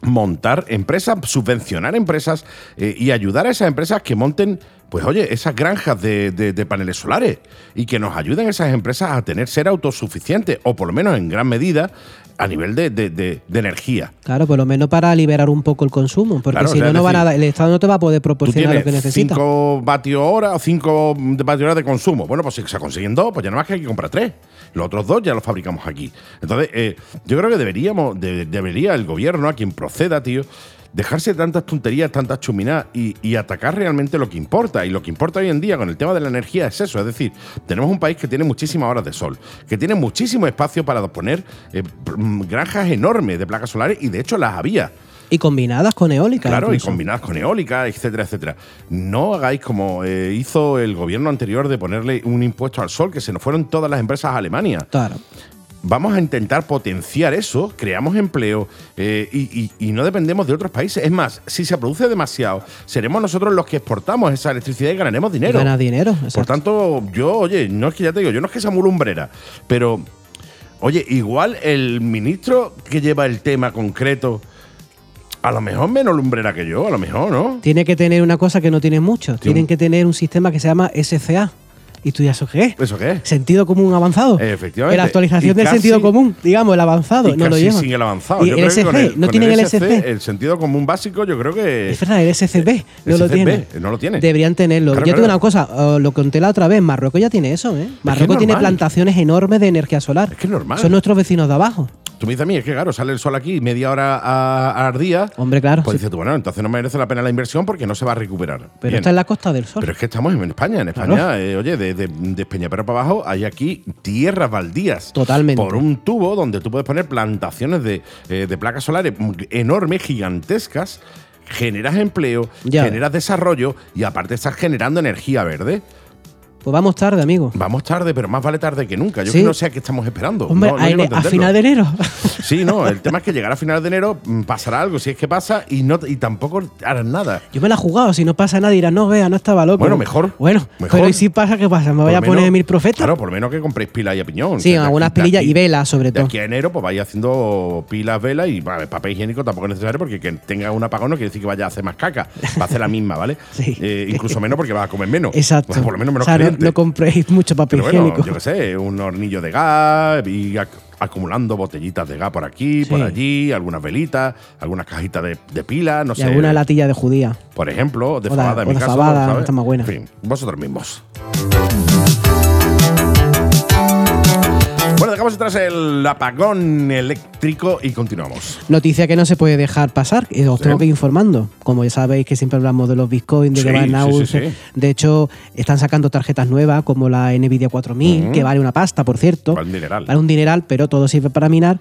Speaker 2: montar empresas, subvencionar empresas eh, y ayudar a esas empresas que monten, pues oye, esas granjas de, de- de paneles solares y que nos ayuden esas empresas a tener ser autosuficientes o por lo menos en gran medida a nivel de, de- de- de energía.
Speaker 3: Claro, por lo menos para liberar un poco el consumo, porque
Speaker 2: Claro,
Speaker 3: si
Speaker 2: o sea,
Speaker 3: no,
Speaker 2: es
Speaker 3: no van a
Speaker 2: decir,
Speaker 3: dar- el Estado no te va a poder
Speaker 2: Tú
Speaker 3: proporcionar pues lo que
Speaker 2: tienes
Speaker 3: necesitas.
Speaker 2: 5 vatios hora o 5 vatios hora de consumo. Bueno, pues si se consiguen dos, pues ya nada más que hay que comprar tres. Los otros dos ya los fabricamos aquí. Entonces, eh, yo creo que deberíamos, de- debería el gobierno, a quien proceda, tío, dejarse tantas tonterías, tantas chuminadas y, y atacar realmente lo que importa. Y lo que importa hoy en día con el tema de la energía es eso. Es decir, tenemos un país que tiene muchísimas horas de sol, que tiene muchísimo espacio para poner eh, granjas enormes de placas solares y de hecho las había.
Speaker 3: Y combinadas con eólicas.
Speaker 2: Claro, y
Speaker 3: incluso.
Speaker 2: combinadas con eólica, etcétera, etcétera. No hagáis como eh, hizo el gobierno anterior de ponerle un impuesto al sol, que se nos fueron todas las empresas a Alemania.
Speaker 3: Claro.
Speaker 2: Vamos a intentar potenciar eso, creamos empleo eh, y, y- y no dependemos de otros países. Es más, si se produce demasiado, seremos nosotros los que exportamos esa electricidad y ganaremos dinero.
Speaker 3: Ganas dinero.
Speaker 2: Por
Speaker 3: exacto.
Speaker 2: tanto, yo, oye, no es que ya te digo, yo no es que sea mulumbrera, pero, oye, igual el ministro que lleva el tema concreto, a lo mejor menos lumbrera que yo, a lo mejor, ¿no?
Speaker 3: Tiene que tener una cosa que no tienen muchos.
Speaker 2: Tiene
Speaker 3: Tienen
Speaker 2: un-
Speaker 3: que tener un sistema que se llama SCA. ¿Y tú ya eso qué es?
Speaker 2: ¿Eso qué es?
Speaker 3: Sentido común avanzado.
Speaker 2: Efectivamente. Y
Speaker 3: La actualización del
Speaker 2: casi-
Speaker 3: sentido común, digamos, el avanzado.
Speaker 2: y
Speaker 3: no lo
Speaker 2: casi
Speaker 3: llevan.
Speaker 2: sin el avanzado.
Speaker 3: Y
Speaker 2: Yo
Speaker 3: el
Speaker 2: creo que
Speaker 3: SC,
Speaker 2: con
Speaker 3: no
Speaker 2: con
Speaker 3: tienen el
Speaker 2: SC,
Speaker 3: SC.
Speaker 2: El eh, sentido común básico, yo creo que.
Speaker 3: Es verdad, el SCB
Speaker 2: eh,
Speaker 3: no lo
Speaker 2: SCB,
Speaker 3: tiene.
Speaker 2: no lo tiene.
Speaker 3: Deberían tenerlo.
Speaker 2: Claro,
Speaker 3: Yo
Speaker 2: claro.
Speaker 3: tengo una cosa, eh, lo conté la otra vez, Marruecos ya tiene eso, ¿eh? Marruecos tiene
Speaker 2: normal.
Speaker 3: plantaciones enormes de energía solar.
Speaker 2: Es que es normal.
Speaker 3: Son nuestros vecinos de abajo.
Speaker 2: Tú me dices a mí, es que claro, sale el sol aquí media hora a- al día.
Speaker 3: Hombre, claro.
Speaker 2: Pues
Speaker 3: sí.
Speaker 2: dices tú, bueno, entonces no merece la pena la inversión porque no se va a recuperar.
Speaker 3: pero
Speaker 2: Bien.
Speaker 3: está en la costa del sol.
Speaker 2: Pero es que estamos en España. En España,
Speaker 3: Claro.
Speaker 2: eh, oye, de, de, de Peñapero para abajo hay aquí tierras baldías.
Speaker 3: Totalmente.
Speaker 2: Por un tubo donde tú puedes poner plantaciones de, eh, de placas solares enormes, gigantescas. Generas empleo,
Speaker 3: Ya.
Speaker 2: generas desarrollo y aparte estás generando energía verde.
Speaker 3: Pues vamos tarde, amigo.
Speaker 2: Vamos tarde, pero más vale tarde que nunca. Yo
Speaker 3: Sí.
Speaker 2: que no sé a qué estamos esperando.
Speaker 3: Hombre,
Speaker 2: No- no
Speaker 3: a,
Speaker 2: llego a
Speaker 3: ene- a
Speaker 2: entenderlo.
Speaker 3: final de enero.
Speaker 2: Sí, no, el tema es que llegar a final de enero mm, pasará algo, si es que pasa, y, no, y tampoco harás nada.
Speaker 3: Yo me la he jugado, si no pasa nada dirás, no, vea, no estaba loco.
Speaker 2: Bueno, mejor.
Speaker 3: Bueno,
Speaker 2: Mejor.
Speaker 3: pero ¿y si pasa qué pasa? ¿Me voy
Speaker 2: Por
Speaker 3: a
Speaker 2: lo menos-
Speaker 3: poner mil profetas?
Speaker 2: Claro, por lo menos que compréis pilas y a piñón.
Speaker 3: Sí,
Speaker 2: Que de
Speaker 3: algunas
Speaker 2: aquí- de
Speaker 3: pilillas
Speaker 2: aquí-
Speaker 3: y velas, sobre
Speaker 2: De
Speaker 3: todo.
Speaker 2: aquí a enero, pues vais haciendo pilas, velas y vale, papel higiénico tampoco es necesario porque que tenga un apagón no quiere decir que vaya a hacer más caca. Va a hacer la misma, ¿vale?
Speaker 3: Sí.
Speaker 2: Eh, incluso menos porque vas a comer menos. Pues,
Speaker 3: Exacto.
Speaker 2: Por lo menos menos
Speaker 3: o sea, no,
Speaker 2: clientes.
Speaker 3: no compréis mucho papel
Speaker 2: Pero bueno,
Speaker 3: higiénico.
Speaker 2: yo qué sé, un hornillo de gas y ac- acumulando botellitas de gas por aquí, por
Speaker 3: Sí.
Speaker 2: allí, algunas velitas, algunas cajitas de, de pilas, no
Speaker 3: y
Speaker 2: sé.
Speaker 3: alguna latilla de judía.
Speaker 2: por ejemplo, de
Speaker 3: O de-
Speaker 2: fabada en
Speaker 3: o
Speaker 2: mi
Speaker 3: de
Speaker 2: caso.
Speaker 3: fabada,
Speaker 2: ¿sabes?
Speaker 3: está más buena.
Speaker 2: En fin, vosotros mismos. Bueno, dejamos atrás el apagón eléctrico y continuamos.
Speaker 3: Noticia que no se puede dejar pasar, y os
Speaker 2: Sí.
Speaker 3: tengo que ir informando. Como ya sabéis que siempre hablamos de los bitcoins, de
Speaker 2: Sí,
Speaker 3: que van
Speaker 2: sí,
Speaker 3: a
Speaker 2: sí,
Speaker 3: usar.
Speaker 2: sí.
Speaker 3: De hecho, están sacando tarjetas nuevas como la Nvidia 4000, que vale una pasta, por cierto.
Speaker 2: Mm. Vale un dineral.
Speaker 3: Vale un dineral, pero todo sirve para minar.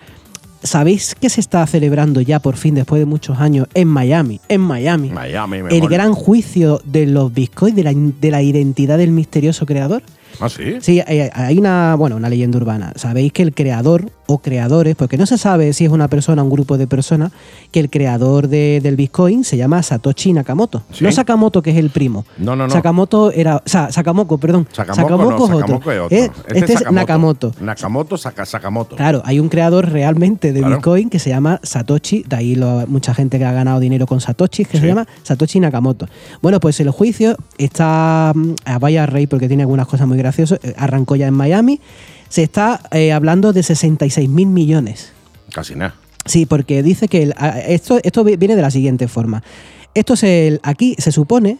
Speaker 3: ¿Sabéis que se está celebrando ya por fin después de muchos años en Miami? En Miami.
Speaker 2: Miami, me
Speaker 3: el
Speaker 2: mola.
Speaker 3: gran juicio de los bitcoins, de la, de la identidad del misterioso creador.
Speaker 2: Ah, sí.
Speaker 3: Sí, eh, hay una, bueno, una leyenda urbana. Sabéis que el creador o creadores, porque no se sabe si es una persona o un grupo de personas, que el creador de- del Bitcoin se llama Satoshi Nakamoto.
Speaker 2: Sí.
Speaker 3: No Sakamoto, que es el primo.
Speaker 2: No, no, no.
Speaker 3: Sakamoto era, o sea, Sakamoko, perdón.
Speaker 2: Sakamoto, no, Sakamoto es otro.
Speaker 3: Eh, Este, es Nakamoto.
Speaker 2: Nakamoto, saca Sakamoto.
Speaker 3: Claro, hay un creador realmente de
Speaker 2: Claro.
Speaker 3: Bitcoin que se llama Satoshi, de ahí lo- mucha gente que ha ganado dinero con Satoshi, que
Speaker 2: Sí.
Speaker 3: se llama Satoshi Nakamoto. Bueno, pues el juicio está mm, a vaya rey porque tiene algunas cosas muy graciosas, eh, arrancó ya en Miami, se está eh, hablando de 66 mil millones.
Speaker 2: Casi nada.
Speaker 3: Sí, porque dice que el- a- esto, esto vi- viene de la siguiente forma. Esto es el, aquí se supone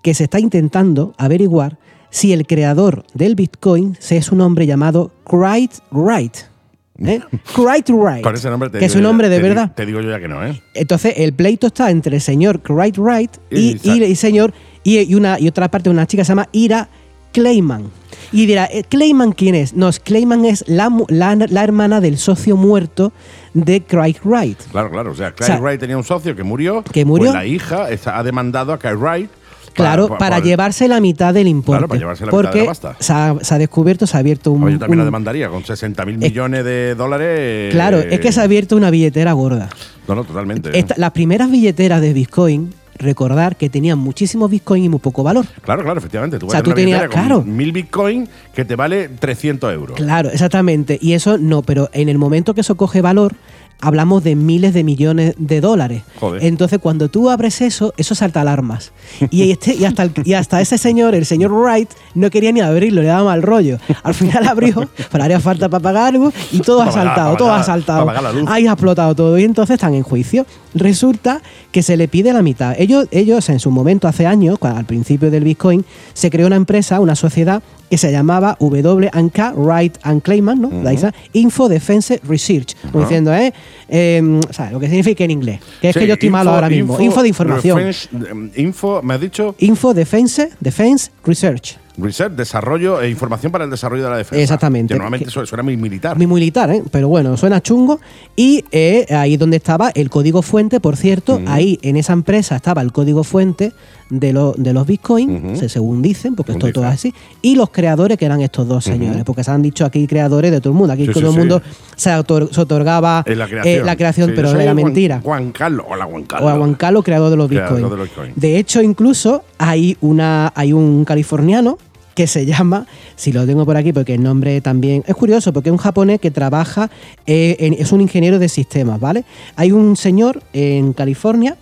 Speaker 3: que se está intentando averiguar si el creador del Bitcoin se es un hombre llamado Craig Wright. ¿eh? Craig Wright.
Speaker 2: Con ese nombre te
Speaker 3: que es
Speaker 2: digo
Speaker 3: un
Speaker 2: yo-
Speaker 3: hombre de
Speaker 2: te digo-
Speaker 3: verdad.
Speaker 2: te digo yo ya que no, ¿eh?
Speaker 3: Entonces, el pleito está entre el señor Craig Wright y,
Speaker 2: Y-
Speaker 3: y el señor y, y una, y otra parte, una chica que se llama Ira Clayman. Y dirá, ¿eh, ¿Clayman quién es? No, es- Clayman es la, mu- la- la hermana del socio muerto de Craig Wright.
Speaker 2: Claro, claro. O sea, Kyle
Speaker 3: O sea,
Speaker 2: Wright tenía un socio que murió.
Speaker 3: que murió.
Speaker 2: Pues la hija está- ha demandado a Kyle Wright. para-
Speaker 3: Claro, para,
Speaker 2: pa- pa-
Speaker 3: llevarse la mitad del importe.
Speaker 2: Claro, para llevarse la mitad de
Speaker 3: porque
Speaker 2: la pasta.
Speaker 3: Se, ha, se ha descubierto, se ha abierto un.
Speaker 2: Hombre, Yo también la
Speaker 3: un- Eh,
Speaker 2: demandaría con 60 mil millones de dólares.
Speaker 3: Claro, es que se ha abierto una billetera gorda.
Speaker 2: No, no, totalmente.
Speaker 3: Esta- las primeras billeteras de Bitcoin, recordar que tenían muchísimos Bitcoin y muy poco valor.
Speaker 2: Claro, claro, efectivamente. Tú
Speaker 3: O
Speaker 2: vas
Speaker 3: sea,
Speaker 2: a
Speaker 3: tú
Speaker 2: tener una
Speaker 3: tenías-
Speaker 2: billetera
Speaker 3: claro.
Speaker 2: con mil bitcoin que te vale 300 euros.
Speaker 3: Claro, exactamente. Y eso no, pero en el momento que eso coge valor, hablamos de miles de millones de dólares.
Speaker 2: Joder.
Speaker 3: Entonces, cuando tú abres eso, eso salta alarmas. Y, este, y, hasta el- y hasta ese señor, el señor Wright, no quería ni abrirlo, le daba mal rollo. Al final abrió, pero haría falta para pagar algo y todo ha
Speaker 2: Para pagar,
Speaker 3: saltado,
Speaker 2: para
Speaker 3: todo ha
Speaker 2: pagar,
Speaker 3: saltado.
Speaker 2: para pagar la luz.
Speaker 3: Ahí ha explotado todo y entonces están en juicio. Resulta que se le pide la mitad. Ellos, ellos en su momento, hace años, cua- al principio del Bitcoin, se creó una empresa, una sociedad que se llamaba WK Wright and Clayman, ¿no? De ahí está, Info Defense Research, como diciendo, ¿eh? Em, o sea, lo que significa en inglés, que es
Speaker 2: Sí,
Speaker 3: que yo estoy malo
Speaker 2: info-
Speaker 3: ahora mismo. Info, de información.
Speaker 2: refresh- em, info, me has dicho,
Speaker 3: Info Defense, Defense Research.
Speaker 2: research, desarrollo e información para el desarrollo de la defensa.
Speaker 3: Exactamente.
Speaker 2: Que normalmente
Speaker 3: Que-
Speaker 2: su- suena muy militar.
Speaker 3: Muy militar, ¿eh? pero bueno, suena chungo. Y eh, ahí donde estaba el código fuente, por cierto, ahí en esa empresa estaba el código fuente de, lo- de los bitcoins, se- según dicen, porque
Speaker 2: Según
Speaker 3: esto todo es
Speaker 2: dicen.
Speaker 3: así, y los creadores que eran estos dos señores, porque se han dicho aquí creadores de todo el mundo, aquí
Speaker 2: Sí,
Speaker 3: todo
Speaker 2: sí,
Speaker 3: el
Speaker 2: sí.
Speaker 3: mundo se, autor- se otorgaba
Speaker 2: Es la
Speaker 3: eh,
Speaker 2: creación.
Speaker 3: creación,
Speaker 2: Sí, yo
Speaker 3: pero
Speaker 2: soy
Speaker 3: era
Speaker 2: Juan-
Speaker 3: mentira.
Speaker 2: Juan Carlos. Hola, Juan Carlos.
Speaker 3: O a Juan Carlos, creador de los
Speaker 2: Creador
Speaker 3: bitcoins.
Speaker 2: de los bitcoins.
Speaker 3: De hecho, incluso hay, una, hay un californiano que se llama, si lo tengo por aquí, porque el nombre también es curioso, porque es un japonés que trabaja, eh, en- es un ingeniero de sistemas, ¿vale? Hay un señor en California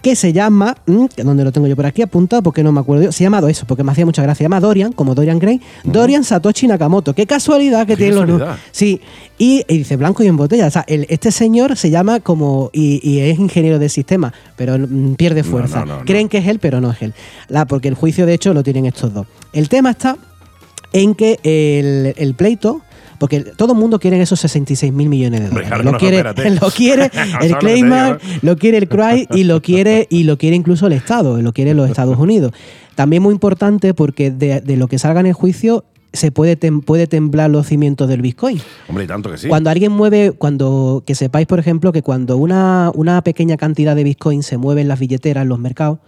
Speaker 3: que se llama, mm, que donde lo tengo yo por aquí apuntado, porque no me acuerdo yo, se llama eso, porque me hacía mucha gracia, se llama Dorian, como Dorian Gray, Dorian Satoshi Nakamoto, qué casualidad que
Speaker 2: Qué
Speaker 3: tiene los nombres.
Speaker 2: casualidad.
Speaker 3: Sí, y, y dice blanco y en botella. O sea, el- este señor se llama como. Y, y es ingeniero de sistema, pero mm, pierde
Speaker 2: No,
Speaker 3: fuerza.
Speaker 2: no, no,
Speaker 3: Creen
Speaker 2: no.
Speaker 3: que es él, pero no es él. La, porque el juicio, de hecho, lo tienen estos dos. El tema está en que el, el pleito. Porque todo el mundo quiere esos 66 mil millones de
Speaker 2: Hombre,
Speaker 3: dólares.
Speaker 2: claro,
Speaker 3: lo,
Speaker 2: no,
Speaker 3: quiere,
Speaker 2: espérate.
Speaker 3: lo quiere
Speaker 2: ¿Sabes
Speaker 3: el
Speaker 2: lo que te
Speaker 3: Clayman,
Speaker 2: digo, ¿eh?
Speaker 3: lo quiere el Cry y lo quiere, y lo quiere incluso el Estado, lo quiere los Estados Unidos. También muy importante porque de, de lo que salga en el juicio se puede, tem- puede temblar los cimientos del Bitcoin.
Speaker 2: Hombre, y tanto que sí.
Speaker 3: Cuando alguien mueve, cuando que sepáis, por ejemplo, que cuando una, una pequeña cantidad de Bitcoin se mueve en las billeteras, en los mercados,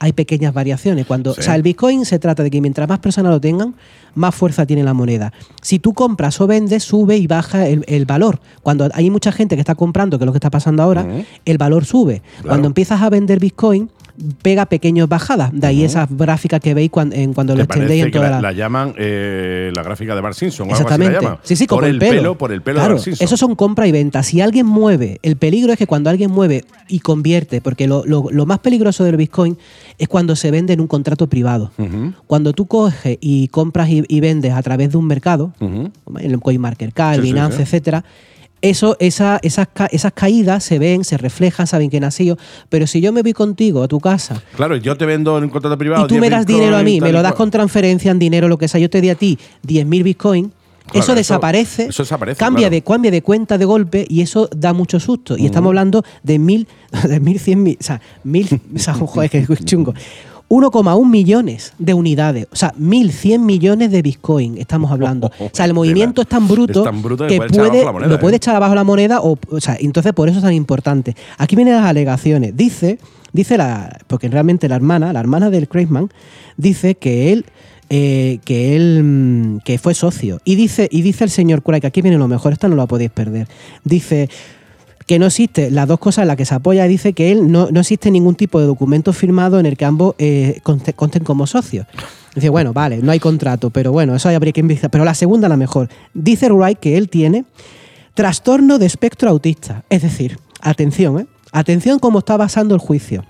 Speaker 3: hay pequeñas variaciones. Cuando,
Speaker 2: Sí.
Speaker 3: O sea, el Bitcoin se trata de que mientras más personas lo tengan, más fuerza tiene la moneda. Si tú compras o vendes, sube y baja el, el valor. Cuando hay mucha gente que está comprando, que es lo que está pasando ahora, el valor sube. Cuando empiezas a vender Bitcoin, pega pequeñas bajadas. De ahí esas gráficas que veis cuan- en- cuando
Speaker 2: Que
Speaker 3: lo
Speaker 2: parece
Speaker 3: extendéis en
Speaker 2: que
Speaker 3: toda
Speaker 2: la,
Speaker 3: la...
Speaker 2: la llaman eh, la gráfica de Bart Simpson. o algo así la
Speaker 3: Exactamente.
Speaker 2: llaman.
Speaker 3: Sí, sí, como
Speaker 2: por
Speaker 3: el pelo.
Speaker 2: Por el pelo de
Speaker 3: Claro,
Speaker 2: Bart Simpson.
Speaker 3: Eso son compra y venta. Si alguien mueve, el peligro es que cuando alguien mueve y convierte, porque lo, lo- lo más peligroso del Bitcoin es cuando se vende en un contrato privado. Cuando tú coges y compras y, y vendes a través de un mercado, en el CoinMarketCap,
Speaker 2: Mm.
Speaker 3: el
Speaker 2: Sí, sí,
Speaker 3: Binance,
Speaker 2: sí.
Speaker 3: etcétera, eso, esa- esas, ca- esas caídas se ven, se reflejan, saben que nació. Pero si yo me voy contigo a tu casa
Speaker 2: Claro, yo te vendo en un contrato privado.
Speaker 3: y tú
Speaker 2: 10
Speaker 3: me das
Speaker 2: bitcoin,
Speaker 3: dinero a mí,
Speaker 2: tal
Speaker 3: me
Speaker 2: y
Speaker 3: lo das
Speaker 2: cual.
Speaker 3: con transferencia en dinero, lo que sea, yo te di a ti 10.000 bitcoin,
Speaker 2: Claro,
Speaker 3: eso
Speaker 2: eso-
Speaker 3: desaparece,
Speaker 2: eso desaparece,
Speaker 3: cambia,
Speaker 2: claro. Mm.
Speaker 3: de, cambia de cuenta de golpe y eso da mucho susto. Y estamos hablando de mil, de mil cien mil, o sea, mil, o sea, joder, que chungo. 1,1 millones de unidades, o sea, 1.100 millones de bitcoin estamos hablando. O sea, el movimiento es tan bruto,
Speaker 2: Es tan bruto que
Speaker 3: que
Speaker 2: puede echar abajo la
Speaker 3: puede,
Speaker 2: moneda,
Speaker 3: lo puede
Speaker 2: ¿eh?
Speaker 3: echar abajo la moneda, o, o sea, entonces por eso es tan importante. Aquí vienen las alegaciones. Dice, dice la, porque realmente la hermana, la hermana del Craigman, dice que él, eh, que él, mm, que fue socio. Y dice, y dice el señor Craig, aquí viene lo mejor, esta no la podéis perder. Dice que no existe, las dos cosas en las que se apoya, dice que él no, no existe ningún tipo de documento firmado en el que ambos eh, conte- conten como socios. Dice, bueno, vale, no hay contrato, pero bueno, eso habría que investigar. Pero la segunda, la mejor. Dice Wright que él tiene trastorno de espectro autista. Es decir, atención, ¿eh? Atención cómo está basando el juicio.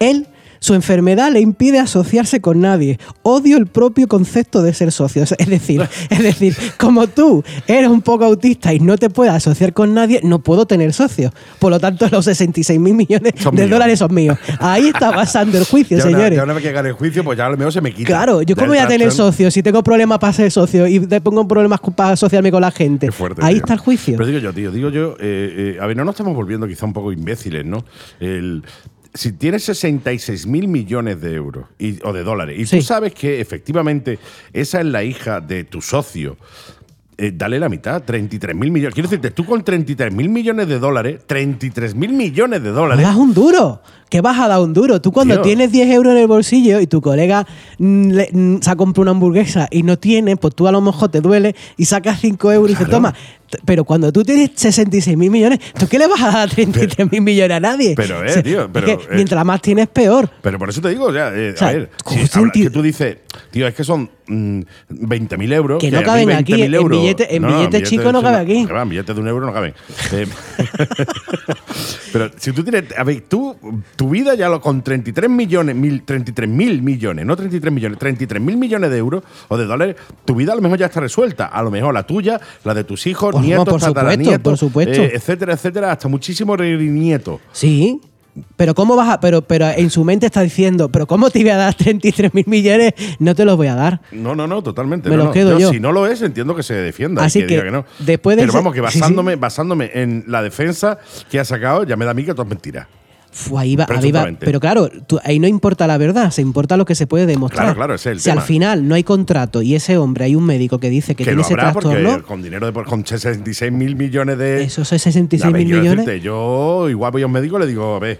Speaker 3: Él, su enfermedad le impide asociarse con nadie. Odio el propio concepto de ser socio. Es decir, es decir, como tú eres un poco autista y no te puedes asociar con nadie, no puedo tener socios. Por lo tanto, los 66 mil millones
Speaker 2: Son
Speaker 3: de
Speaker 2: míos.
Speaker 3: dólares son míos. Ahí está basando el juicio,
Speaker 2: Ya una-
Speaker 3: señores.
Speaker 2: ya una vez que gane el juicio, pues ya lo mejor se me quita.
Speaker 3: Claro,
Speaker 2: Ya
Speaker 3: yo cómo voy
Speaker 2: el
Speaker 3: a tener
Speaker 2: trastorno-
Speaker 3: socios si tengo problemas para ser socio y te pongo en problemas cu- para asociarme con la gente.
Speaker 2: Qué fuerte,
Speaker 3: Ahí
Speaker 2: tío.
Speaker 3: está el juicio.
Speaker 2: Pero digo yo, tío, digo yo, eh, eh, a ver, no nos estamos volviendo quizá un poco imbéciles, ¿no? El- si tienes 66 mil millones de euros y- o de dólares y
Speaker 3: Sí.
Speaker 2: tú sabes que efectivamente esa es la hija de tu socio. eh, dale la mitad, 33 mil millones. Quiero decirte, tú con 33 mil millones de dólares, 33 mil millones de
Speaker 3: No
Speaker 2: dólares.
Speaker 3: das un duro. ¿Qué vas a dar un duro? Tú cuando
Speaker 2: Tío.
Speaker 3: tienes 10 euros en el bolsillo y tu colega mm, le- mm, se ha comprado una hamburguesa y no tiene, pues tú a lo mejor te duele y sacas 5 euros y te
Speaker 2: Claro.
Speaker 3: toma. T- Pero cuando tú tienes 66 mil millones, ¿tú qué le vas a dar 33 mil millones a nadie?
Speaker 2: pero, eh, tío,
Speaker 3: es
Speaker 2: pero,
Speaker 3: que
Speaker 2: eh.
Speaker 3: mientras más tienes, peor.
Speaker 2: Pero por eso te digo, ya, eh,
Speaker 3: O sea,
Speaker 2: a ver,
Speaker 3: con
Speaker 2: si habla-
Speaker 3: sentido-
Speaker 2: que tú dices, tío, es que son mm, 20.000 euros.
Speaker 3: Que no
Speaker 2: a mí
Speaker 3: caben aquí,
Speaker 2: 20.000
Speaker 3: en billete- en billete chico
Speaker 2: de-
Speaker 3: no cabe aquí.
Speaker 2: Que va, en billete de un euro no caben. Eh, pero si tú tienes, a ver, tú, tu vida ya lo con 33 millones, mil, 33 mil millones, no 33 millones, 33 mil millones de euros o de dólares, tu vida a lo mejor ya está resuelta. A lo mejor la tuya, la de tus hijos,
Speaker 3: Pues no,
Speaker 2: nietos,
Speaker 3: por supuesto,
Speaker 2: tataranietos,
Speaker 3: por supuesto.
Speaker 2: eh, etcétera, etcétera, hasta muchísimos nietos.
Speaker 3: Sí. Pero cómo vas a. Pero, pero en su mente está diciendo, pero ¿cómo te voy a dar 33 mil millones? No te los voy a dar.
Speaker 2: No, no, no, totalmente.
Speaker 3: Me
Speaker 2: no,
Speaker 3: lo
Speaker 2: no.
Speaker 3: quedo yo.
Speaker 2: Si no lo es, entiendo que se defienda. y
Speaker 3: Así
Speaker 2: que, diga
Speaker 3: que,
Speaker 2: que no.
Speaker 3: después de
Speaker 2: Pero
Speaker 3: ese-
Speaker 2: vamos, que
Speaker 3: sí, sí.
Speaker 2: basándome, basándome en la defensa que ha sacado, ya me da a mí que todo es mentira.
Speaker 3: Fu, ahí va, ahí va.
Speaker 2: Presuntamente.
Speaker 3: Pero claro, tú- ahí no importa la verdad, se importa lo que se puede demostrar.
Speaker 2: Claro, claro, ese es el
Speaker 3: si
Speaker 2: tema.
Speaker 3: al final no hay contrato y ese hombre, hay un médico que dice que,
Speaker 2: Que
Speaker 3: tiene
Speaker 2: lo
Speaker 3: ese
Speaker 2: habrá porque
Speaker 3: trastorno,
Speaker 2: con dinero de por- con 66 mil millones de.
Speaker 3: esos
Speaker 2: A
Speaker 3: 66
Speaker 2: ver,
Speaker 3: mil
Speaker 2: quiero
Speaker 3: millones.
Speaker 2: decirte, yo igual voy a un médico y le digo, a ver,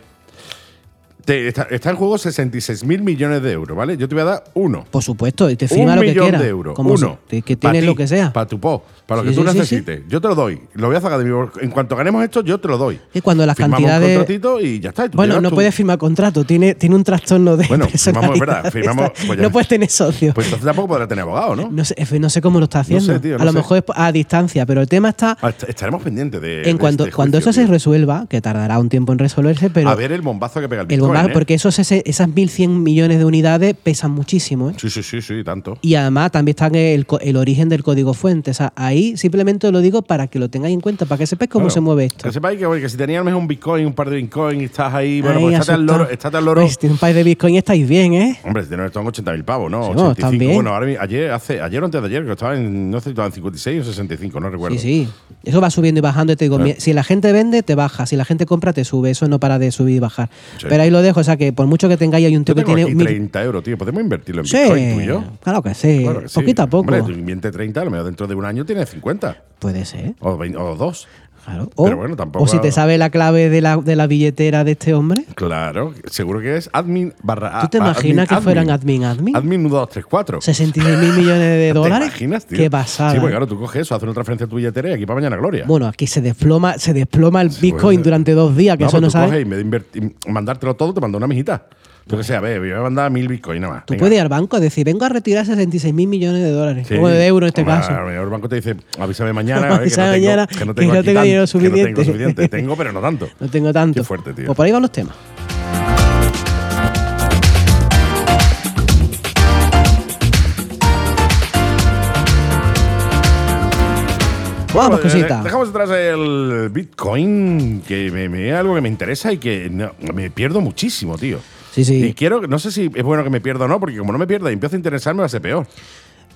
Speaker 2: te- está, está en juego 66 mil millones de euros, ¿vale? Yo te voy a dar uno.
Speaker 3: por supuesto, y te firma
Speaker 2: un
Speaker 3: lo que
Speaker 2: millón
Speaker 3: quiera.
Speaker 2: de euros.
Speaker 3: como
Speaker 2: uno.
Speaker 3: si- que- que tienes lo que sea.
Speaker 2: Para tu po, para lo que
Speaker 3: Sí,
Speaker 2: tú
Speaker 3: sí, sí, sí.
Speaker 2: necesites. Yo te lo doy. Lo voy a sacar de mi bol- En cuanto ganemos esto, yo te lo doy.
Speaker 3: Y cuando las
Speaker 2: Firmamos
Speaker 3: cantidades-
Speaker 2: un contratito y ya está. y tú
Speaker 3: Bueno,
Speaker 2: llevas
Speaker 3: no
Speaker 2: tu-
Speaker 3: puedes firmar contrato, tiene, tiene un trastorno de
Speaker 2: Bueno, firmamos, es
Speaker 3: personalidad.
Speaker 2: verdad, firmamos- pues ya-
Speaker 3: no puedes tener socio.
Speaker 2: Pues entonces tampoco podrás tener abogado, ¿no?
Speaker 3: no, sé, no sé cómo lo está haciendo.
Speaker 2: tío, no
Speaker 3: a lo
Speaker 2: sé.
Speaker 3: mejor es a distancia, pero el tema está
Speaker 2: Ah, est- Estaremos pendientes de.
Speaker 3: en
Speaker 2: de
Speaker 3: cuando,
Speaker 2: este
Speaker 3: cuando
Speaker 2: juicio,
Speaker 3: eso se
Speaker 2: tío.
Speaker 3: resuelva, que tardará un tiempo en resolverse, pero
Speaker 2: A ver el bombazo que pega el
Speaker 3: El
Speaker 2: Bitcoin.
Speaker 3: bombazo,
Speaker 2: ¿eh?
Speaker 3: porque esos, ese- esas 1.100 millones de unidades pesan muchísimo. ¿eh?
Speaker 2: Sí, sí, sí, sí, tanto.
Speaker 3: Y además también está el, co- el origen del código fuente. O sea, ahí simplemente lo digo para que lo tengáis en cuenta, para que sepáis cómo
Speaker 2: Claro.
Speaker 3: se mueve esto.
Speaker 2: Que sepáis que, oye, que si tenías a lo mejor un Bitcoin, un par de Bitcoin y estás ahí, bueno,
Speaker 3: Ahí,
Speaker 2: pues estate al
Speaker 3: asustado.
Speaker 2: loro. Estate al loro
Speaker 3: Pues, si tiene un país de Bitcoin estáis bien, ¿eh?
Speaker 2: Hombre, si no están 80.000 pavos, ¿no?
Speaker 3: Sí, no,
Speaker 2: 85.
Speaker 3: están bien.
Speaker 2: Bueno, ahora, mi- ayer, hace, ayer o antes de ayer, que estaba en, no sé si estaba en 56 o 65, no recuerdo.
Speaker 3: Sí, sí. Eso va subiendo y bajando. y te digo,
Speaker 2: Claro.
Speaker 3: mi- si la gente vende, te baja. Si la gente compra, te sube. Eso no para de subir y bajar.
Speaker 2: Sí.
Speaker 3: Pero ahí lo dejo. O sea, que por mucho que tengáis, hay un
Speaker 2: Yo
Speaker 3: tipo que
Speaker 2: tengo
Speaker 3: tiene...
Speaker 2: aquí
Speaker 3: mil-
Speaker 2: 30 euros, tío. ¿Podemos invertirlo en
Speaker 3: Sí,
Speaker 2: Bitcoin tú y yo?
Speaker 3: claro que sí.
Speaker 2: Claro que sí.
Speaker 3: Poquito a poco.
Speaker 2: Hombre, tú inviertes 30, a lo mejor dentro de un año tienes 50
Speaker 3: Puede ser.
Speaker 2: o, 20, o 2.
Speaker 3: Claro. O,
Speaker 2: Pero bueno, tampoco-
Speaker 3: o si te sabe la clave de la, de la billetera de este hombre.
Speaker 2: Claro, seguro que es admin barra
Speaker 3: ¿Tú te
Speaker 2: a-
Speaker 3: imaginas que fueran admin, admin?
Speaker 2: Admin 1234.
Speaker 3: 66 mil millones de dólares.
Speaker 2: ¿Te imaginas, tío?
Speaker 3: Qué pasada. ¿eh?
Speaker 2: Sí, pues claro, tú coges eso, haces una transferencia a tu billetera y aquí para mañana gloria.
Speaker 3: Bueno, aquí se desploma, se desploma el Bitcoin
Speaker 2: pues,
Speaker 3: durante dos días, que
Speaker 2: No,
Speaker 3: eso
Speaker 2: pues
Speaker 3: no
Speaker 2: tú
Speaker 3: sabes.
Speaker 2: coges y en vez de invertir- mandártelo todo, te mando una mijita. Yo que sé, a ver, yo voy a mandar mil bitcoins nada más.
Speaker 3: Tú
Speaker 2: Venga.
Speaker 3: puedes ir al banco y decir, vengo a retirar 66 mil millones de dólares.
Speaker 2: Sí.
Speaker 3: Como de euros en este
Speaker 2: Hombre,
Speaker 3: caso.
Speaker 2: A lo mejor el banco te dice, avísame mañana, a ver, que,
Speaker 3: Avísame
Speaker 2: no tengo,
Speaker 3: mañana,
Speaker 2: que no
Speaker 3: que
Speaker 2: tengo,
Speaker 3: no
Speaker 2: aquí
Speaker 3: tengo
Speaker 2: tan-
Speaker 3: dinero
Speaker 2: que no tengo
Speaker 3: suficiente.
Speaker 2: suficiente. Tengo, pero no tanto.
Speaker 3: No tengo tanto.
Speaker 2: Qué fuerte, tío.
Speaker 3: Pues por ahí van los temas. Vamos,
Speaker 2: Bueno, eh,
Speaker 3: cosita.
Speaker 2: Dejamos atrás el Bitcoin, que me, me- es algo que me interesa y que no- me pierdo muchísimo, tío.
Speaker 3: Sí, sí.
Speaker 2: Y quiero, no sé si es bueno que me pierda o no, porque como no me pierda y empiezo a interesarme, va a ser peor.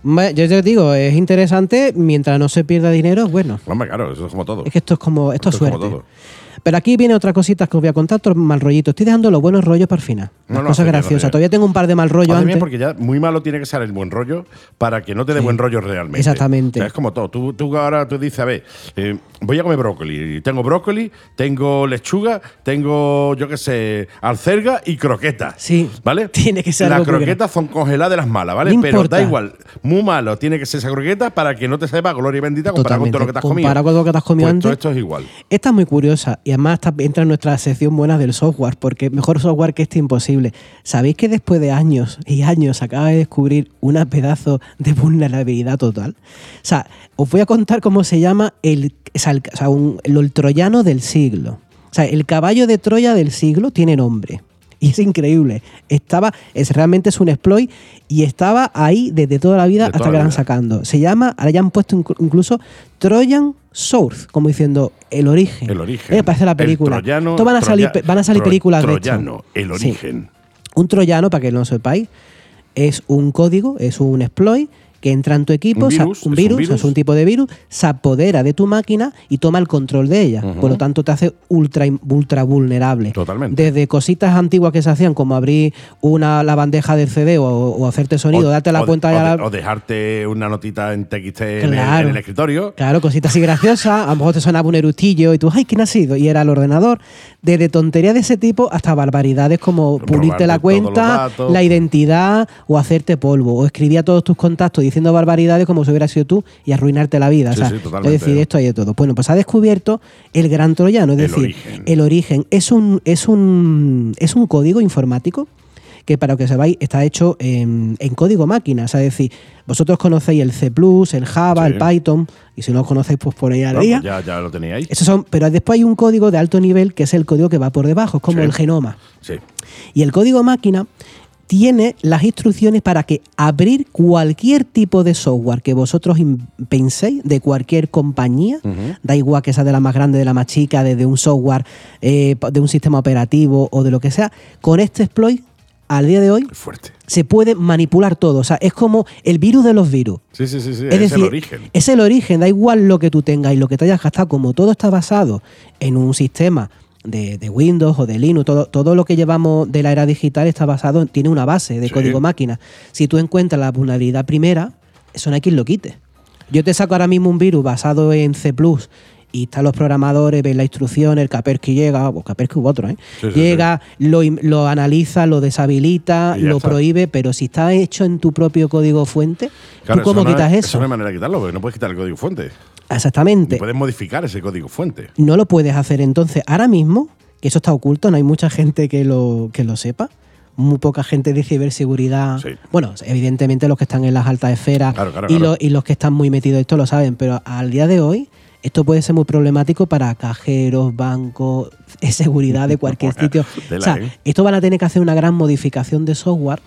Speaker 3: Ma- Yo te digo, es interesante, mientras no se pierda dinero, es bueno.
Speaker 2: Hombre, claro, eso es como todo.
Speaker 3: Es que esto es como, esto es
Speaker 2: Esto es como
Speaker 3: suerte.
Speaker 2: todo.
Speaker 3: Pero aquí viene otra cosita que os voy a contar, otro mal rollito. Estoy dejando los buenos rollos para el final.
Speaker 2: No,
Speaker 3: Las
Speaker 2: no, hace
Speaker 3: cosas
Speaker 2: bien,
Speaker 3: graciosas.
Speaker 2: hace bien.
Speaker 3: Todavía tengo un par de mal rollos
Speaker 2: Hace bien
Speaker 3: Pues antes.
Speaker 2: porque ya muy malo tiene que ser el buen rollo para que no te dé buen rollo realmente.
Speaker 3: exactamente.
Speaker 2: O sea, es como todo. Tú, tú ahora tú dices, a ver, eh, voy a comer brócoli. Tengo brócoli, tengo lechuga, tengo, yo qué sé, alcerga y croquetas.
Speaker 3: Sí.
Speaker 2: ¿Vale?
Speaker 3: Tiene que ser
Speaker 2: Las
Speaker 3: algo que-
Speaker 2: croquetas son congeladas de las malas, ¿vale?
Speaker 3: No
Speaker 2: Pero
Speaker 3: importa.
Speaker 2: da igual. Muy malo tiene que ser esa croqueta para que no te sepa gloria y bendita comparado con todo lo que te has comido.
Speaker 3: Comparado con lo que te has comido
Speaker 2: Pues
Speaker 3: antes.
Speaker 2: todo esto es igual.
Speaker 3: Esta es muy curiosa y además está- entra en nuestra sección buena del software, porque mejor software que este imposible. ¿Sabéis que después de años y años se acaba de descubrir una pedazo de vulnerabilidad total? O sea, os voy a contar cómo se llama el, o sea, el- o sea, un- el troyano del siglo. O sea, el caballo de Troya del siglo tiene nombre. Y es increíble. Estaba, es, realmente es un exploit y estaba ahí desde toda la vida
Speaker 2: De toda
Speaker 3: hasta que
Speaker 2: la
Speaker 3: la han
Speaker 2: vida.
Speaker 3: sacando. Se llama, ahora ya han puesto inclu- incluso Trojan Source, como diciendo el origen.
Speaker 2: El origen.
Speaker 3: Eh, parece la película.
Speaker 2: El troyano,
Speaker 3: Esto van a
Speaker 2: troya-
Speaker 3: salir, pe- van a salir
Speaker 2: tro-
Speaker 3: películas de esto.
Speaker 2: Troyano, el
Speaker 3: Sí.
Speaker 2: origen.
Speaker 3: Un troyano, para que no lo sepáis, es un código, es un exploit que entra en tu equipo,
Speaker 2: Un
Speaker 3: se-
Speaker 2: virus, es un
Speaker 3: o sea, es
Speaker 2: virus.
Speaker 3: un tipo de virus, se apodera de tu máquina y toma el control de ella. Por lo tanto, te hace ultra, ultra vulnerable.
Speaker 2: Totalmente.
Speaker 3: Desde cositas antiguas que se hacían, como abrir una, la bandeja del CD o, o hacerte sonido, darte la
Speaker 2: o-
Speaker 3: cuenta
Speaker 2: o,
Speaker 3: ya
Speaker 2: de-
Speaker 3: la-
Speaker 2: o dejarte una notita en TXT en, el,
Speaker 3: Claro.
Speaker 2: en el escritorio.
Speaker 3: Claro, cositas así graciosas. A lo mejor te sonaba un erutillo y tú, ay, ¿quién ha sido? Y era el ordenador. Desde tonterías de ese tipo hasta barbaridades como
Speaker 2: Robarte
Speaker 3: pulirte
Speaker 2: todos
Speaker 3: la
Speaker 2: los
Speaker 3: cuenta,
Speaker 2: datos.
Speaker 3: la identidad o hacerte polvo. O escribir a todos tus contactos diciendo barbaridades como si hubiera sido tú y arruinarte la vida.
Speaker 2: Sí,
Speaker 3: o
Speaker 2: sí,
Speaker 3: sea,
Speaker 2: totalmente.
Speaker 3: es decir, esto hay de todo. Bueno, pues ha descubierto el gran troyano. Es
Speaker 2: El
Speaker 3: decir,
Speaker 2: origen.
Speaker 3: el origen es un, es un, es un código informático que para que sepáis está hecho en, en código máquina. O sea, es decir, vosotros conocéis el C, el Java,
Speaker 2: Sí.
Speaker 3: el Python, y si no os conocéis, pues ponéis al
Speaker 2: Bueno,
Speaker 3: día.
Speaker 2: pues ya, ya lo teníais.
Speaker 3: Esos son, pero después hay un código de alto nivel que es el código que va por debajo, es como
Speaker 2: Sí.
Speaker 3: el genoma.
Speaker 2: Sí.
Speaker 3: Y el código máquina tiene las instrucciones para que abrir cualquier tipo de software que vosotros in- penséis de cualquier compañía, da igual que sea de la más grande, de la más chica, de, de un software, eh, de un sistema operativo o de lo que sea, con este exploit, al día de hoy,
Speaker 2: Fuerte.
Speaker 3: se puede manipular todo. O sea, es como el virus de los virus
Speaker 2: Sí, sí, sí, sí.
Speaker 3: es,
Speaker 2: Es,
Speaker 3: decir,
Speaker 2: el origen.
Speaker 3: Es el origen, da igual lo que tú tengas y lo que te hayas gastado, como todo está basado en un sistema de, de Windows o de Linux, todo, todo lo que llevamos de la era digital está basado, en- tiene una base de
Speaker 2: Sí.
Speaker 3: código máquina. Si tú encuentras la vulnerabilidad primera, eso no hay quien lo quite. Yo te saco ahora mismo un virus basado en C ⁇ y están los programadores, ven la instrucción, el Kaspersky llega, o Kaspersky u otro, ¿eh?
Speaker 2: Sí, sí,
Speaker 3: llega, Lo, im- lo analiza, lo deshabilita,
Speaker 2: Y ya
Speaker 3: lo
Speaker 2: está.
Speaker 3: prohíbe, pero si está hecho en tu propio código fuente,
Speaker 2: Claro,
Speaker 3: ¿tú cómo
Speaker 2: no
Speaker 3: quitas
Speaker 2: es-
Speaker 3: eso?
Speaker 2: no hay manera de quitarlo, porque no puedes quitar el código fuente. Ni
Speaker 3: Exactamente.
Speaker 2: puedes modificar ese código fuente.
Speaker 3: No lo puedes hacer entonces ahora mismo, que eso está oculto, no hay mucha gente que lo, que lo sepa. Muy poca gente de ciberseguridad.
Speaker 2: Sí.
Speaker 3: Bueno, evidentemente los que están en las altas esferas
Speaker 2: Claro, claro,
Speaker 3: y,
Speaker 2: claro.
Speaker 3: Los, y los que están muy metidos en esto lo saben, pero al día de hoy esto puede ser muy problemático para cajeros, bancos, eh, seguridad de cualquier sitio.
Speaker 2: Tela,
Speaker 3: o sea,
Speaker 2: ¿eh?
Speaker 3: esto van a tener que hacer una gran modificación de software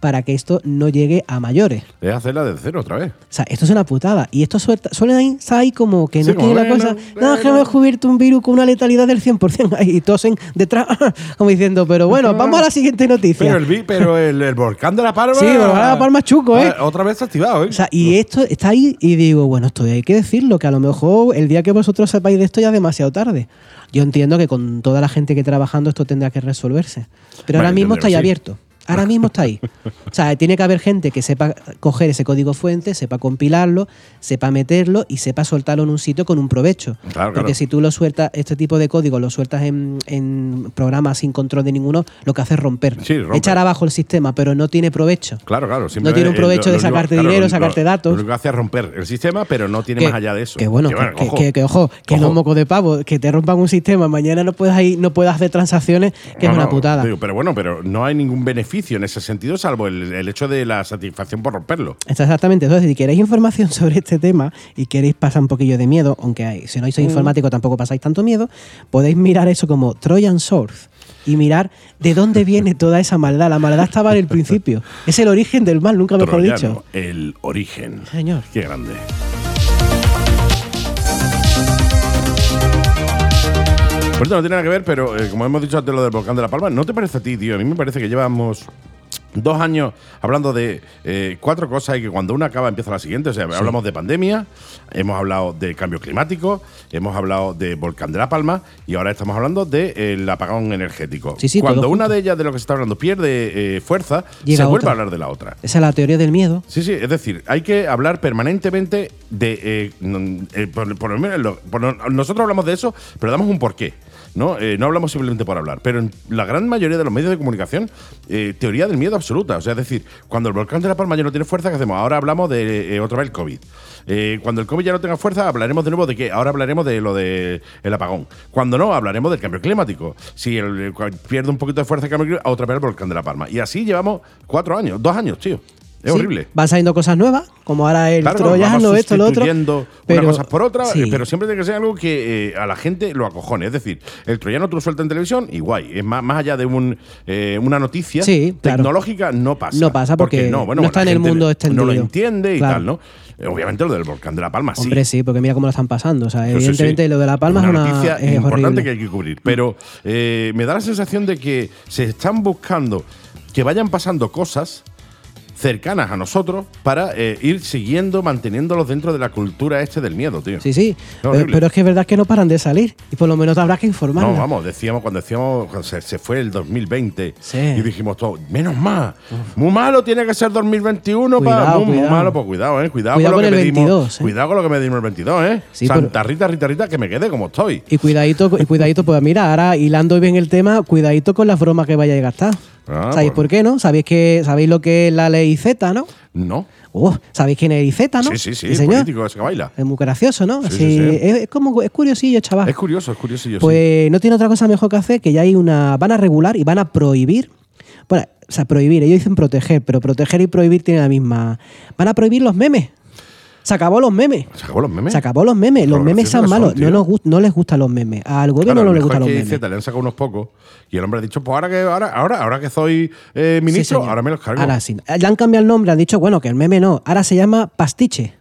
Speaker 3: para que esto no llegue a mayores.
Speaker 2: Es hacerla desde cero otra vez.
Speaker 3: O sea, esto es una putada. Y esto suelta, suelen ahí, está ahí como que no
Speaker 2: Sí, como,
Speaker 3: tiene la
Speaker 2: bueno,
Speaker 3: cosa. No, es que
Speaker 2: bueno".
Speaker 3: hemos descubierto un virus con una letalidad del 100%. ahí, Y tosen detrás, como diciendo, pero bueno, vamos a la siguiente noticia.
Speaker 2: Pero el, vi- pero el, el volcán de la Palma.
Speaker 3: Sí, el volcán de La Palma es chuco, ¿eh?
Speaker 2: Ah, Otra vez activado, ¿eh?
Speaker 3: O sea, y esto está ahí y digo, bueno, esto hay que decirlo, que a lo mejor el día que vosotros sepáis de esto ya es demasiado tarde. Yo entiendo que con toda la gente que trabajando esto tendrá que resolverse. Pero
Speaker 2: Vale,
Speaker 3: ahora
Speaker 2: entendido,
Speaker 3: mismo está ahí
Speaker 2: sí.
Speaker 3: abierto. Ahora mismo está ahí. O sea, tiene que haber gente que sepa coger ese código fuente, sepa compilarlo, sepa meterlo y sepa soltarlo en un sitio con un provecho.
Speaker 2: Claro,
Speaker 3: Porque
Speaker 2: claro.
Speaker 3: si tú lo sueltas, este tipo de código lo sueltas en, en programas sin control de ninguno, lo que hace es romper.
Speaker 2: Sí, rompe.
Speaker 3: Echar abajo el sistema, pero no tiene provecho.
Speaker 2: Claro, claro.
Speaker 3: No tiene un
Speaker 2: eh,
Speaker 3: provecho de
Speaker 2: único-
Speaker 3: sacarte
Speaker 2: claro,
Speaker 3: dinero,
Speaker 2: lo único-
Speaker 3: sacarte datos.
Speaker 2: Lo único que hace es romper el sistema, pero no tiene
Speaker 3: que-
Speaker 2: más allá de eso.
Speaker 3: Que bueno, que, que- que- que ojo, que no
Speaker 2: Ojo.
Speaker 3: moco de pavo, que te rompan un sistema, mañana no puedas ir, no puedas hacer transacciones, que
Speaker 2: No,
Speaker 3: es una
Speaker 2: no,
Speaker 3: putada.
Speaker 2: digo, pero bueno, pero no hay ningún beneficio en ese sentido, salvo el, el hecho de la satisfacción por romperlo.
Speaker 3: Está Exactamente, entonces si queréis información sobre este tema y queréis pasar un poquillo de miedo, aunque hay- si no sois informático tampoco pasáis tanto miedo, podéis mirar eso como Trojan Source y mirar de dónde viene toda esa maldad. La maldad estaba en el principio, es el origen del mal, nunca mejor
Speaker 2: Troyano,
Speaker 3: dicho.
Speaker 2: el origen.
Speaker 3: Señor.
Speaker 2: Qué grande. Por esto no tiene nada que ver, pero eh, como hemos dicho antes lo del volcán de la Palma, ¿no te parece a ti, tío? A mí me parece que llevamos dos años hablando de eh, cuatro cosas y que cuando una acaba empieza la siguiente. O sea, hablamos de pandemia, hemos hablado de cambio climático, hemos hablado de volcán de la Palma y ahora estamos hablando del apagón energético.
Speaker 3: Sí, sí,
Speaker 2: cuando
Speaker 3: todo
Speaker 2: una de ellas de lo que se está hablando pierde eh, fuerza,
Speaker 3: Llega
Speaker 2: se vuelve
Speaker 3: otra.
Speaker 2: a hablar de la otra.
Speaker 3: Esa es la teoría del miedo.
Speaker 2: Sí, sí, es decir, hay que hablar permanentemente de. eh, mm, eh, por, por lo menos lo- por lo- nosotros hablamos de eso, pero damos un porqué. ¿no? Eh, no hablamos simplemente por hablar. Pero en la gran mayoría de los medios de comunicación, eh, teoría del miedo absoluta. O sea, es decir, cuando el volcán de la Palma ya no tiene fuerza, ¿qué hacemos? Ahora hablamos de eh, otra vez el COVID. Eh, cuando el COVID ya no tenga fuerza, hablaremos de nuevo de qué. Ahora hablaremos de lo del el apagón. Cuando no, hablaremos del cambio climático. Si el, eh, cua- pierde un poquito de fuerza el cambio climático, otra vez el volcán de la Palma. Y así llevamos cuatro años, dos años, tío. Es
Speaker 3: Sí,
Speaker 2: horrible.
Speaker 3: Van saliendo cosas nuevas, como ahora el
Speaker 2: Claro,
Speaker 3: troyano,
Speaker 2: vamos
Speaker 3: esto, lo otro.
Speaker 2: sustituyendo
Speaker 3: pero-
Speaker 2: una cosa por otra,
Speaker 3: sí.
Speaker 2: eh, pero siempre tiene que ser algo que eh, a la gente lo acojone. Es decir, el troyano tú lo sueltas en televisión y guay. Es más, más allá de un, eh, una noticia
Speaker 3: Sí, claro.
Speaker 2: tecnológica, no pasa.
Speaker 3: No pasa porque no
Speaker 2: la
Speaker 3: está en el
Speaker 2: gente
Speaker 3: mundo extendido.
Speaker 2: No lo entiende y
Speaker 3: Claro.
Speaker 2: tal, ¿no? Eh, Obviamente lo del volcán de La Palma, sí.
Speaker 3: Hombre, sí, porque mira cómo lo están pasando. O
Speaker 2: Sí,
Speaker 3: sea,
Speaker 2: sí, sí.
Speaker 3: evidentemente lo de La Palma es una
Speaker 2: noticia
Speaker 3: es
Speaker 2: importante
Speaker 3: horrible. Mm.
Speaker 2: que hay que cubrir. Pero eh, me da la sensación de que se están buscando que vayan pasando cosas cercanas a nosotros para eh, ir siguiendo, manteniéndolos dentro de la cultura este del miedo, tío.
Speaker 3: Sí, sí. Pero,
Speaker 2: horrible.
Speaker 3: pero es que es verdad que no paran de salir. Y por lo menos habrá que informar.
Speaker 2: No, vamos, decíamos cuando decíamos cuando se, se fue el 2020
Speaker 3: Sí.
Speaker 2: y dijimos todo, menos mal, muy malo tiene que ser 2021 para
Speaker 3: Cuidado,
Speaker 2: muy, muy
Speaker 3: cuidado.
Speaker 2: malo, pues cuidado, eh, cuidado,
Speaker 3: Cuidado
Speaker 2: con lo
Speaker 3: con
Speaker 2: que
Speaker 3: el
Speaker 2: medimos,
Speaker 3: 22, eh.
Speaker 2: cuidado con lo que medimos el 22, eh.
Speaker 3: Sí,
Speaker 2: Santa
Speaker 3: pero-
Speaker 2: Rita, Rita, Rita, que me quede como estoy.
Speaker 3: Y cuidadito, y cuidadito, pues mira, ahora hilando bien el tema, cuidadito con las bromas que vayáis a gastar.
Speaker 2: Ah,
Speaker 3: ¿Sabéis
Speaker 2: bueno.
Speaker 3: por qué, no? ¿Sabéis que sabéis lo que es la ley Z, no?
Speaker 2: No.
Speaker 3: Uh, ¿Sabéis quién es IZ, Ah, no?
Speaker 2: Sí, sí, sí,
Speaker 3: El
Speaker 2: el
Speaker 3: señor.
Speaker 2: político ese que baila.
Speaker 3: Es muy gracioso, ¿no?
Speaker 2: Sí,
Speaker 3: Así-
Speaker 2: sí, sí.
Speaker 3: Es, es como es curiosillo, chaval.
Speaker 2: Es curioso, es curioso yo sí.
Speaker 3: Ah. pues no tiene otra cosa mejor que hacer que ya hay una. Van a regular y van a prohibir. Bueno, o sea, prohibir, ellos dicen proteger, pero proteger y prohibir tienen la misma. Van a prohibir los memes. Se acabó los memes.
Speaker 2: Se acabó los memes.
Speaker 3: Se acabó los memes. Los
Speaker 2: Lo
Speaker 3: memes
Speaker 2: gracioso
Speaker 3: son
Speaker 2: que son,
Speaker 3: malos.
Speaker 2: tío.
Speaker 3: no, nos gust- no les gustan los memes. Al gobierno
Speaker 2: Claro,
Speaker 3: no
Speaker 2: lo
Speaker 3: le
Speaker 2: mejor
Speaker 3: gustan los
Speaker 2: es que
Speaker 3: memes.
Speaker 2: Z, le han sacado unos pocos y el hombre ha dicho, pues ahora que ahora ahora ahora que soy eh,
Speaker 3: Sí,
Speaker 2: ministro,
Speaker 3: señor.
Speaker 2: ahora me los cargo.
Speaker 3: Ahora sí. Le han cambiado el nombre, han dicho, bueno, que el meme no. Ahora se llama pastiche.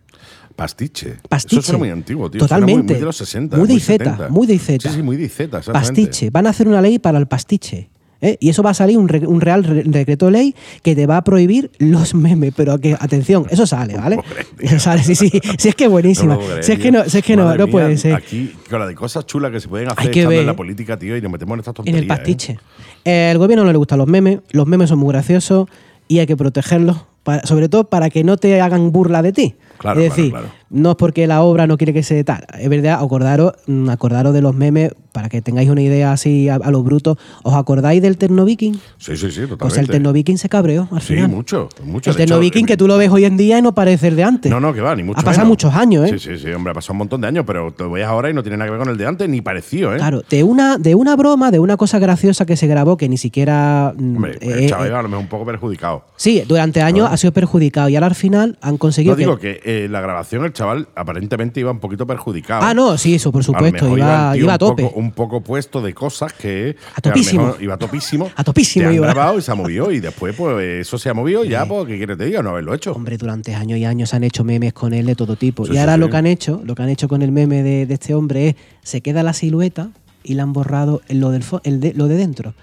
Speaker 2: Pastiche.
Speaker 3: Pastiche.
Speaker 2: Eso suena muy antiguo, tío.
Speaker 3: Totalmente.
Speaker 2: Suena muy, muy de los 60.
Speaker 3: Muy de Izeta,
Speaker 2: 70.
Speaker 3: muy de Izeta.
Speaker 2: Sí, sí, muy de Izeta, exactamente.
Speaker 3: Pastiche. Van a hacer una ley para el pastiche. ¿eh? Y eso va a salir un, re- un real re- decreto de ley que te va a prohibir los memes. Pero que, atención, eso sale, ¿vale?
Speaker 2: Pobre tío.
Speaker 3: Eso sale, sí, sí. Si es que es buenísima.
Speaker 2: No lo puedo
Speaker 3: si es que
Speaker 2: creer,
Speaker 3: no,
Speaker 2: tío.
Speaker 3: si es que no,
Speaker 2: Madre
Speaker 3: no
Speaker 2: mía,
Speaker 3: puede ser.
Speaker 2: Aquí, con la de cosas chulas que se pueden hacer
Speaker 3: Hay que
Speaker 2: estando
Speaker 3: ver.
Speaker 2: en la política, tío, y nos metemos en estas
Speaker 3: en
Speaker 2: tonterías. ¿eh?
Speaker 3: el pastiche. El gobierno no le gustan los memes, los memes son muy graciosos y hay que protegerlos, para- sobre todo para que no te hagan burla de ti.
Speaker 2: Claro,
Speaker 3: es
Speaker 2: claro,
Speaker 3: decir,
Speaker 2: claro.
Speaker 3: no es porque la obra no quiere que se tal. Es verdad, acordaros, mm, acordaros de los memes para que tengáis una idea así a, a lo bruto. ¿Os acordáis del Terno Viking?
Speaker 2: ¿eh? Sí, sí, sí, totalmente.
Speaker 3: Pues el Terno Viking se cabreó al
Speaker 2: Sí,
Speaker 3: final.
Speaker 2: mucho, mucho.
Speaker 3: El
Speaker 2: De hecho,
Speaker 3: Terno Viking
Speaker 2: eh,
Speaker 3: que tú lo ves hoy en día y no parece el de antes.
Speaker 2: No, no, que va, ni mucho
Speaker 3: Ha pasado
Speaker 2: menos.
Speaker 3: muchos años, ¿eh?
Speaker 2: Sí, sí, sí, hombre, ha pasado un montón de años, pero te lo veías ahora y no tiene nada que ver con el de antes, ni parecido, ¿eh?
Speaker 3: Claro, de una, de una broma, de una cosa graciosa que se grabó que ni siquiera... mm,
Speaker 2: Hombre, pues
Speaker 3: eh,
Speaker 2: el chaval
Speaker 3: eh,
Speaker 2: iba a lo mejor un poco perjudicado.
Speaker 3: Sí, durante años ha sido perjudicado y ahora al final han conseguido
Speaker 2: No digo que eh, la grabación, el chaval aparentemente iba un poquito perjudicado.
Speaker 3: Ah, no, sí, eso por
Speaker 2: A lo
Speaker 3: supuesto,
Speaker 2: mejor
Speaker 3: iba,
Speaker 2: el tío
Speaker 3: iba a tope.
Speaker 2: Un poco, un poco puesto de cosas que.
Speaker 3: A
Speaker 2: que lo
Speaker 3: topísimo.
Speaker 2: mejor iba a topísimo.
Speaker 3: A topísimo
Speaker 2: Te han
Speaker 3: iba.
Speaker 2: grabado y se ha movido. Y después, pues, eso se ha movido. Ya, pues, ¿qué quieres te diga? No haberlo hecho.
Speaker 3: Hombre, durante años y años han hecho memes con él de todo tipo.
Speaker 2: Sí,
Speaker 3: y
Speaker 2: sí,
Speaker 3: ahora
Speaker 2: sí.
Speaker 3: lo que han hecho, lo que han hecho con el meme de, de este hombre es se queda la silueta y la han borrado en lo del fo- el de, lo de dentro.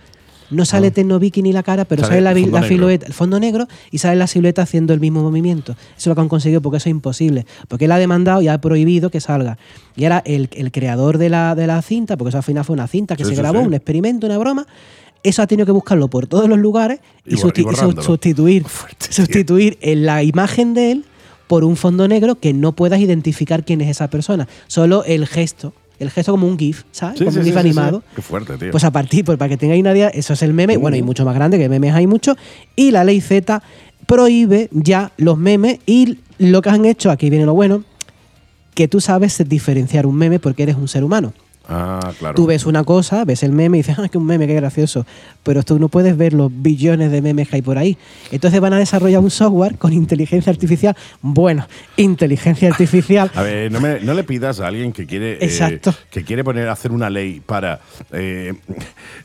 Speaker 3: No sale Tecno Vicky ni la cara, pero
Speaker 2: Ah. Sale
Speaker 3: sale, la,
Speaker 2: el
Speaker 3: vi-
Speaker 2: fondo
Speaker 3: la
Speaker 2: negro.
Speaker 3: silueta, el fondo negro y sale la silueta haciendo el mismo movimiento. Eso es lo que han conseguido porque eso es imposible. Porque él ha demandado y ha prohibido que salga. Y ahora el, el creador de la, de la cinta, porque eso al final fue una cinta que
Speaker 2: Sí,
Speaker 3: se
Speaker 2: sí,
Speaker 3: grabó,
Speaker 2: sí.
Speaker 3: un experimento, una broma, eso ha tenido que buscarlo por todos los lugares y,
Speaker 2: Y bor- y
Speaker 3: susti- y su-
Speaker 2: borrándolo.
Speaker 3: sustituir,
Speaker 2: Fuerte,
Speaker 3: sustituir en la imagen de él por un fondo negro que no puedas identificar quién es esa persona. Solo el gesto. El gesto como un GIF, ¿sabes?
Speaker 2: Sí,
Speaker 3: como
Speaker 2: sí,
Speaker 3: un
Speaker 2: sí,
Speaker 3: GIF
Speaker 2: sí, sí.
Speaker 3: animado.
Speaker 2: Qué fuerte, tío.
Speaker 3: Pues a partir, pues para que tengáis una idea, eso es el meme, bueno, y mucho más grande, que memes hay mucho, y la ley Z prohíbe ya los memes y lo que han hecho, aquí viene lo bueno, que tú sabes diferenciar un meme porque eres un ser humano.
Speaker 2: ah, claro.
Speaker 3: Tú ves una cosa, ves el meme y dices, ah, que un meme, qué gracioso. Pero tú no puedes ver los billones de memes que hay por ahí. Entonces van a desarrollar un software con inteligencia artificial. Bueno, inteligencia artificial.
Speaker 2: A ver, no, me- no le pidas a alguien que quiere eh,
Speaker 3: Exacto.
Speaker 2: que quiere poner hacer una ley para eh,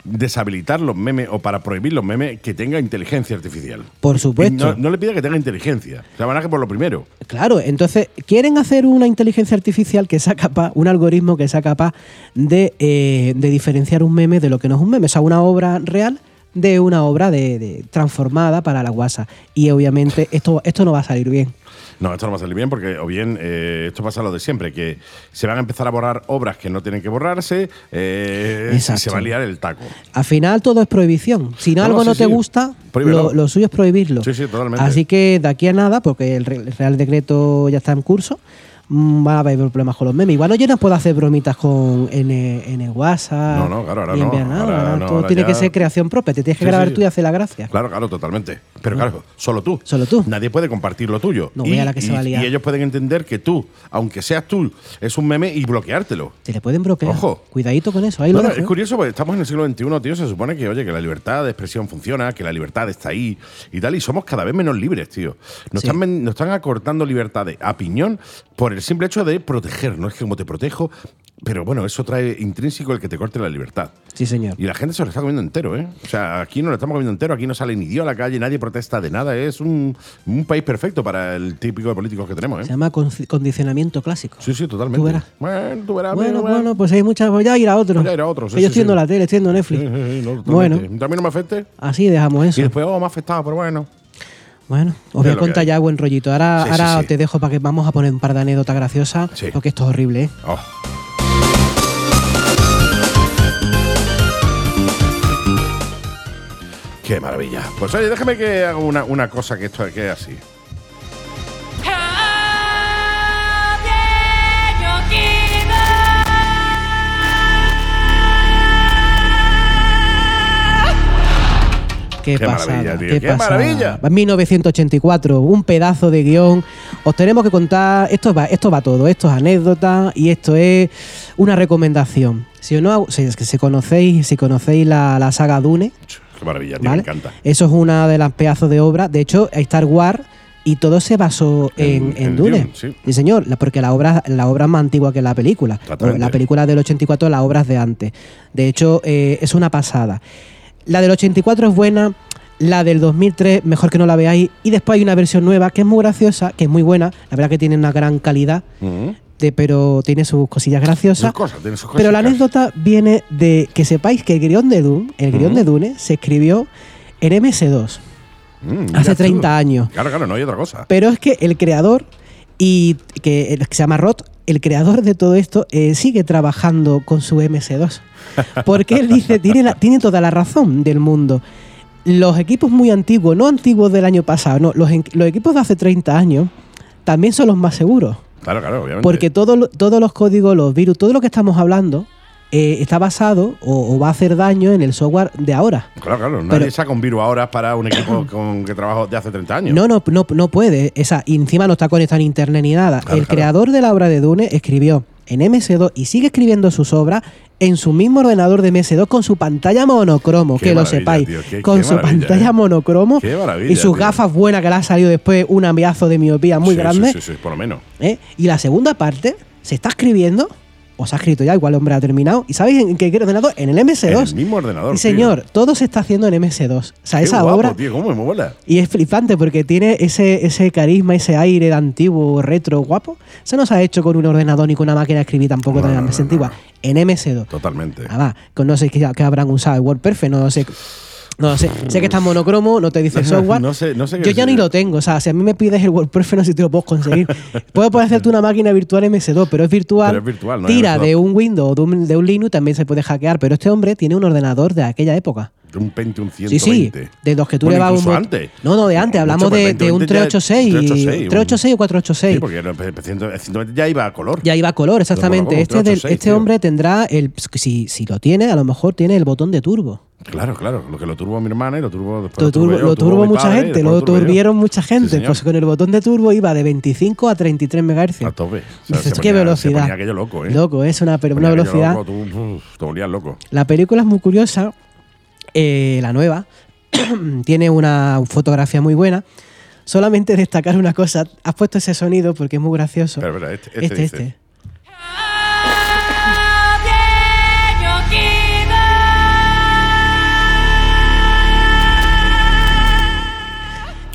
Speaker 2: deshabilitar los memes o para prohibir los memes que tenga inteligencia artificial.
Speaker 3: Por
Speaker 2: No,
Speaker 3: supuesto.
Speaker 2: no le pida que tenga inteligencia. O sea, van a que por lo primero.
Speaker 3: Claro, entonces quieren hacer una inteligencia artificial que sea capaz, un algoritmo que sea capaz de, eh, de diferenciar un meme de lo que no es un meme, o sea, una obra real de una obra de, de- transformada para la guasa. Y obviamente esto, esto no va a salir bien.
Speaker 2: No, esto no va a salir bien porque, o bien, eh, esto pasa lo de siempre, que se van a empezar a borrar obras que no tienen que borrarse eh, y
Speaker 3: Exacto.
Speaker 2: se va a liar el taco.
Speaker 3: Al final todo es prohibición. Si no,
Speaker 2: No,
Speaker 3: algo
Speaker 2: sí,
Speaker 3: no te
Speaker 2: sí.
Speaker 3: gusta,
Speaker 2: Prohíbelo.
Speaker 3: lo, lo suyo es prohibirlo.
Speaker 2: Sí, sí, totalmente.
Speaker 3: Así que de aquí a nada, porque el re- el Real Decreto ya está en curso, mm, van a haber problemas con los memes. Igual no, yo no puedo hacer bromitas con en el, en el WhatsApp.
Speaker 2: No, no, claro, ahora
Speaker 3: ni
Speaker 2: no,
Speaker 3: enviar nada.
Speaker 2: ahora
Speaker 3: Ahora
Speaker 2: no,
Speaker 3: todo
Speaker 2: ahora
Speaker 3: tiene que
Speaker 2: ya-
Speaker 3: ser creación propia. Te tienes que
Speaker 2: Sí,
Speaker 3: grabar
Speaker 2: sí.
Speaker 3: tú y hacer la gracia.
Speaker 2: Claro, claro, totalmente. Pero claro, solo tú.
Speaker 3: Solo tú.
Speaker 2: Nadie puede compartir lo tuyo.
Speaker 3: No,
Speaker 2: y,
Speaker 3: vea la que se
Speaker 2: y-
Speaker 3: va a liar.
Speaker 2: y ellos pueden entender que tú, aunque seas tú, es un meme y bloqueártelo.
Speaker 3: Te le pueden bloquear.
Speaker 2: Ojo.
Speaker 3: Cuidadito con eso. Ahí lo
Speaker 2: Bueno,
Speaker 3: dejo,
Speaker 2: es
Speaker 3: ¿eh?
Speaker 2: curioso, porque estamos en el siglo XXI, tío. Se supone que, oye, que la libertad de expresión funciona, que la libertad está ahí y tal, y somos cada vez menos libres, tío. Nos,
Speaker 3: Sí.
Speaker 2: están, men- nos están acortando libertades a piñón por el simple hecho de proteger. No es que como te protejo, pero bueno, eso trae intrínseco el que te corte la libertad.
Speaker 3: Sí, señor.
Speaker 2: Y ¿eh? la gente se lo está comiendo entero, ¿eh? O sea, aquí no lo estamos comiendo entero, aquí no sale ni Dios a la calle, nadie protesta de nada. Es un, un país perfecto para el típico de políticos que tenemos,
Speaker 3: Se
Speaker 2: ¿eh?
Speaker 3: llama conci- condicionamiento clásico.
Speaker 2: Sí, sí, totalmente.
Speaker 3: Tú verás.
Speaker 2: Bueno, tú verás,
Speaker 3: Bueno,
Speaker 2: mira,
Speaker 3: bueno, pues hay muchas. Voy a ir a otro.
Speaker 2: Voy a ir a otro, sí,
Speaker 3: Que
Speaker 2: sí,
Speaker 3: yo estoy
Speaker 2: sí.
Speaker 3: viendo la tele, estoy viendo
Speaker 2: Sí,
Speaker 3: Netflix.
Speaker 2: sí, sí, no, totalmente.
Speaker 3: bueno,
Speaker 2: También no me afecte.
Speaker 3: así dejamos eso.
Speaker 2: Y después, oh, me ha afectado, pero bueno.
Speaker 3: Bueno, os
Speaker 2: Es
Speaker 3: voy a
Speaker 2: lo que
Speaker 3: contar
Speaker 2: hay.
Speaker 3: ya buen rollito. Ahora,
Speaker 2: Sí, sí,
Speaker 3: ahora
Speaker 2: sí.
Speaker 3: te dejo para que vamos a poner un par de anécdotas graciosas,
Speaker 2: Sí.
Speaker 3: porque esto es horrible, ¿eh?
Speaker 2: Oh. Qué maravilla. Pues oye, déjame que haga una, una cosa que esto que es así.
Speaker 3: Qué,
Speaker 2: Qué
Speaker 3: pasada,
Speaker 2: maravilla, tío, qué
Speaker 3: pasada.
Speaker 2: maravilla.
Speaker 3: 1984, un pedazo de guión. Os tenemos que contar, esto va, esto va todo, esto es anécdota y esto es una recomendación. Si no, si, es que si conocéis, si conocéis la, la saga Dune,
Speaker 2: Qué maravilla, tío,
Speaker 3: ¿vale?
Speaker 2: me encanta.
Speaker 3: Eso es una de las pedazos de obra. De hecho, Star Wars y todo se basó en,
Speaker 2: En-
Speaker 3: en
Speaker 2: en
Speaker 3: Dune.
Speaker 2: Dune, sí.
Speaker 3: señor, la- porque la obra, la obra es más antigua que la película.
Speaker 2: Totalmente.
Speaker 3: La película del 84, la obra es de antes. De hecho, eh, es una pasada. La del 84 es buena, la del 2003 mejor que no la veáis, y después hay una versión nueva que es muy graciosa, que es muy buena, la verdad que tiene una gran calidad,
Speaker 2: Mhm.
Speaker 3: de, pero tiene sus cosillas
Speaker 2: Sus
Speaker 3: graciosas.
Speaker 2: cosas, tiene sus cosas.
Speaker 3: Pero la anécdota viene de que sepáis que el guión de Dune, el guión de Dune se escribió en MS2
Speaker 2: Mm,
Speaker 3: hace 30 años.
Speaker 2: Claro, claro, no hay otra cosa.
Speaker 3: Pero es que el creador, y que, el que se llama Roth, el creador de todo esto eh, sigue trabajando con su MS2. Porque él dice, tiene, la- tiene toda la razón del mundo. Los equipos muy antiguos, no antiguos del año pasado, no, los, en- los equipos de hace 30 años también son los más seguros.
Speaker 2: Claro, claro, obviamente.
Speaker 3: Porque todo lo- todos los códigos, los virus, todo lo que estamos hablando eh, está basado o, o va a hacer daño en el software de ahora.
Speaker 2: Claro, claro, nadie
Speaker 3: Pero-
Speaker 2: saca un virus ahora para un equipo con que trabajo de hace 30 años.
Speaker 3: No, no, no, no puede. Esa, y encima no está conectado a internet ni nada.
Speaker 2: Claro,
Speaker 3: el
Speaker 2: claro.
Speaker 3: creador de la obra de Dune escribió en MS2 y sigue escribiendo sus obras en su mismo ordenador de MS2 con su pantalla monocromo,
Speaker 2: Qué
Speaker 3: que lo
Speaker 2: maravilla,
Speaker 3: sepáis.
Speaker 2: tío, qué-
Speaker 3: con
Speaker 2: qué
Speaker 3: su
Speaker 2: maravilla,
Speaker 3: pantalla
Speaker 2: eh.
Speaker 3: monocromo
Speaker 2: Qué maravilla,
Speaker 3: y sus
Speaker 2: tío.
Speaker 3: gafas buenas que le ha salido después un amiazo de miopía muy
Speaker 2: Sí,
Speaker 3: grande.
Speaker 2: Sí, sí, sí, por lo menos.
Speaker 3: ¿eh? Y la segunda parte se está escribiendo, o se ha escrito ya, igual el hombre ha terminado. ¿Y sabéis en qué ordenador? En el
Speaker 2: En
Speaker 3: MS2.
Speaker 2: el mismo ordenador.
Speaker 3: Y señor, todo se está haciendo en MS2. O
Speaker 2: tío.
Speaker 3: sea,
Speaker 2: Qué
Speaker 3: esa
Speaker 2: guapo,
Speaker 3: obra.
Speaker 2: Tío, cómo me mola.
Speaker 3: Y es flipante porque tiene ese, ese carisma, ese aire de antiguo, retro, guapo. Se nos ha hecho con un ordenador ni con una máquina de escribir tampoco
Speaker 2: No,
Speaker 3: tan
Speaker 2: no, no,
Speaker 3: más
Speaker 2: no,
Speaker 3: antigua.
Speaker 2: no.
Speaker 3: En MS2.
Speaker 2: Totalmente.
Speaker 3: Ah, va, con no sé qué, qué habrán usado el WordPerfect, no lo sé. No lo sé, sé que está en monocromo, no te dice software.
Speaker 2: No sé- no sé qué
Speaker 3: Yo ya
Speaker 2: decir.
Speaker 3: ni lo tengo, o sea, si a mí me pides el WordPerfect, no sé si te lo puedo conseguir. Puedo poder hacerte una máquina virtual MS2, pero es virtual.
Speaker 2: Pero es virtual, no es
Speaker 3: Tira
Speaker 2: virtual.
Speaker 3: de un Windows o de un, de un Linux, también se puede hackear, pero este hombre tiene un ordenador de aquella época.
Speaker 2: De un Pentium 120.
Speaker 3: Sí, sí, de los que tú
Speaker 2: Bueno,
Speaker 3: le vas un
Speaker 2: incluso
Speaker 3: bot-
Speaker 2: antes.
Speaker 3: No, no, de antes,
Speaker 2: No,
Speaker 3: hablamos
Speaker 2: mucho,
Speaker 3: de,
Speaker 2: pero
Speaker 3: de un
Speaker 2: 386,
Speaker 3: 386,
Speaker 2: 386,
Speaker 3: 386 o 486.
Speaker 2: Sí, porque era el P- P- 120 ya iba a color.
Speaker 3: Ya iba a color, exactamente.
Speaker 2: Pero
Speaker 3: Este,
Speaker 2: bueno,
Speaker 3: del-
Speaker 2: 386,
Speaker 3: este
Speaker 2: tío.
Speaker 3: hombre tendrá el si, si lo tiene, a lo mejor tiene el botón de turbo.
Speaker 2: Claro, claro. Lo que lo turbo mi hermana y lo turbo después.
Speaker 3: Lo turbo,
Speaker 2: turbé yo,
Speaker 3: lo turbo
Speaker 2: mi
Speaker 3: mucha
Speaker 2: padre,
Speaker 3: gente,
Speaker 2: después
Speaker 3: lo
Speaker 2: turbé yo.
Speaker 3: turbieron mucha gente.
Speaker 2: señor.
Speaker 3: pues con el botón de turbo iba de 25 a 33 MHz.
Speaker 2: A tope. O sea,
Speaker 3: Dices,
Speaker 2: se
Speaker 3: qué
Speaker 2: ponía- Se
Speaker 3: velocidad.
Speaker 2: ponía aquello loco, ¿eh?
Speaker 3: Loco, es una, pero una
Speaker 2: Ponía aquello
Speaker 3: velocidad.
Speaker 2: loco, tú, uf, te volvías loco.
Speaker 3: La película es muy curiosa, eh, la nueva, tiene una fotografía muy buena. Solamente destacar una cosa, has puesto ese sonido porque es muy gracioso.
Speaker 2: Espera, espera, este, este,
Speaker 3: este,
Speaker 2: dice.
Speaker 3: este.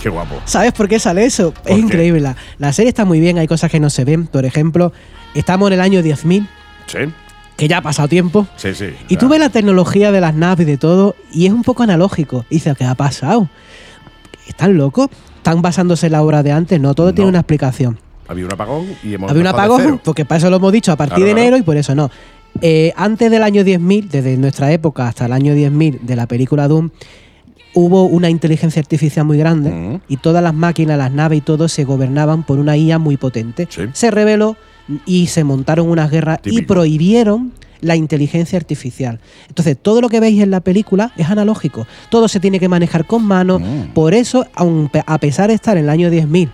Speaker 2: Qué guapo.
Speaker 3: ¿Sabes por qué sale eso?
Speaker 2: ¿Por
Speaker 3: Es
Speaker 2: qué?
Speaker 3: increíble. La, la serie está muy bien, hay cosas que no se ven. Por ejemplo, estamos en el año 10.000,
Speaker 2: Sí,
Speaker 3: que ya ha pasado tiempo.
Speaker 2: sí, sí.
Speaker 3: Y tú ves la tecnología de las naves y de todo, y es un poco analógico. Y dices, ¿qué ha pasado? ¿Están locos? ¿Están basándose en la obra de antes? No, todo
Speaker 2: No.
Speaker 3: tiene una explicación.
Speaker 2: Había un apagón y hemos.
Speaker 3: Había un
Speaker 2: empezado de
Speaker 3: apagón,
Speaker 2: cero.
Speaker 3: porque para eso lo hemos dicho a partir
Speaker 2: Claro,
Speaker 3: de
Speaker 2: claro.
Speaker 3: enero y por eso no. Eh, antes del año 10.000, desde nuestra época hasta el año 10.000 de la película Doom, hubo una inteligencia artificial muy grande
Speaker 2: Ujú.
Speaker 3: y todas las máquinas, las naves y todo se gobernaban por una IA muy potente.
Speaker 2: Sí.
Speaker 3: Se rebeló y se montaron unas guerras y
Speaker 2: Típico.
Speaker 3: prohibieron la inteligencia artificial. Entonces, todo lo que veis en la película es analógico. Todo se tiene que manejar con mano.
Speaker 2: Mm.
Speaker 3: Por eso, aun pe- a pesar de estar en el año 10.000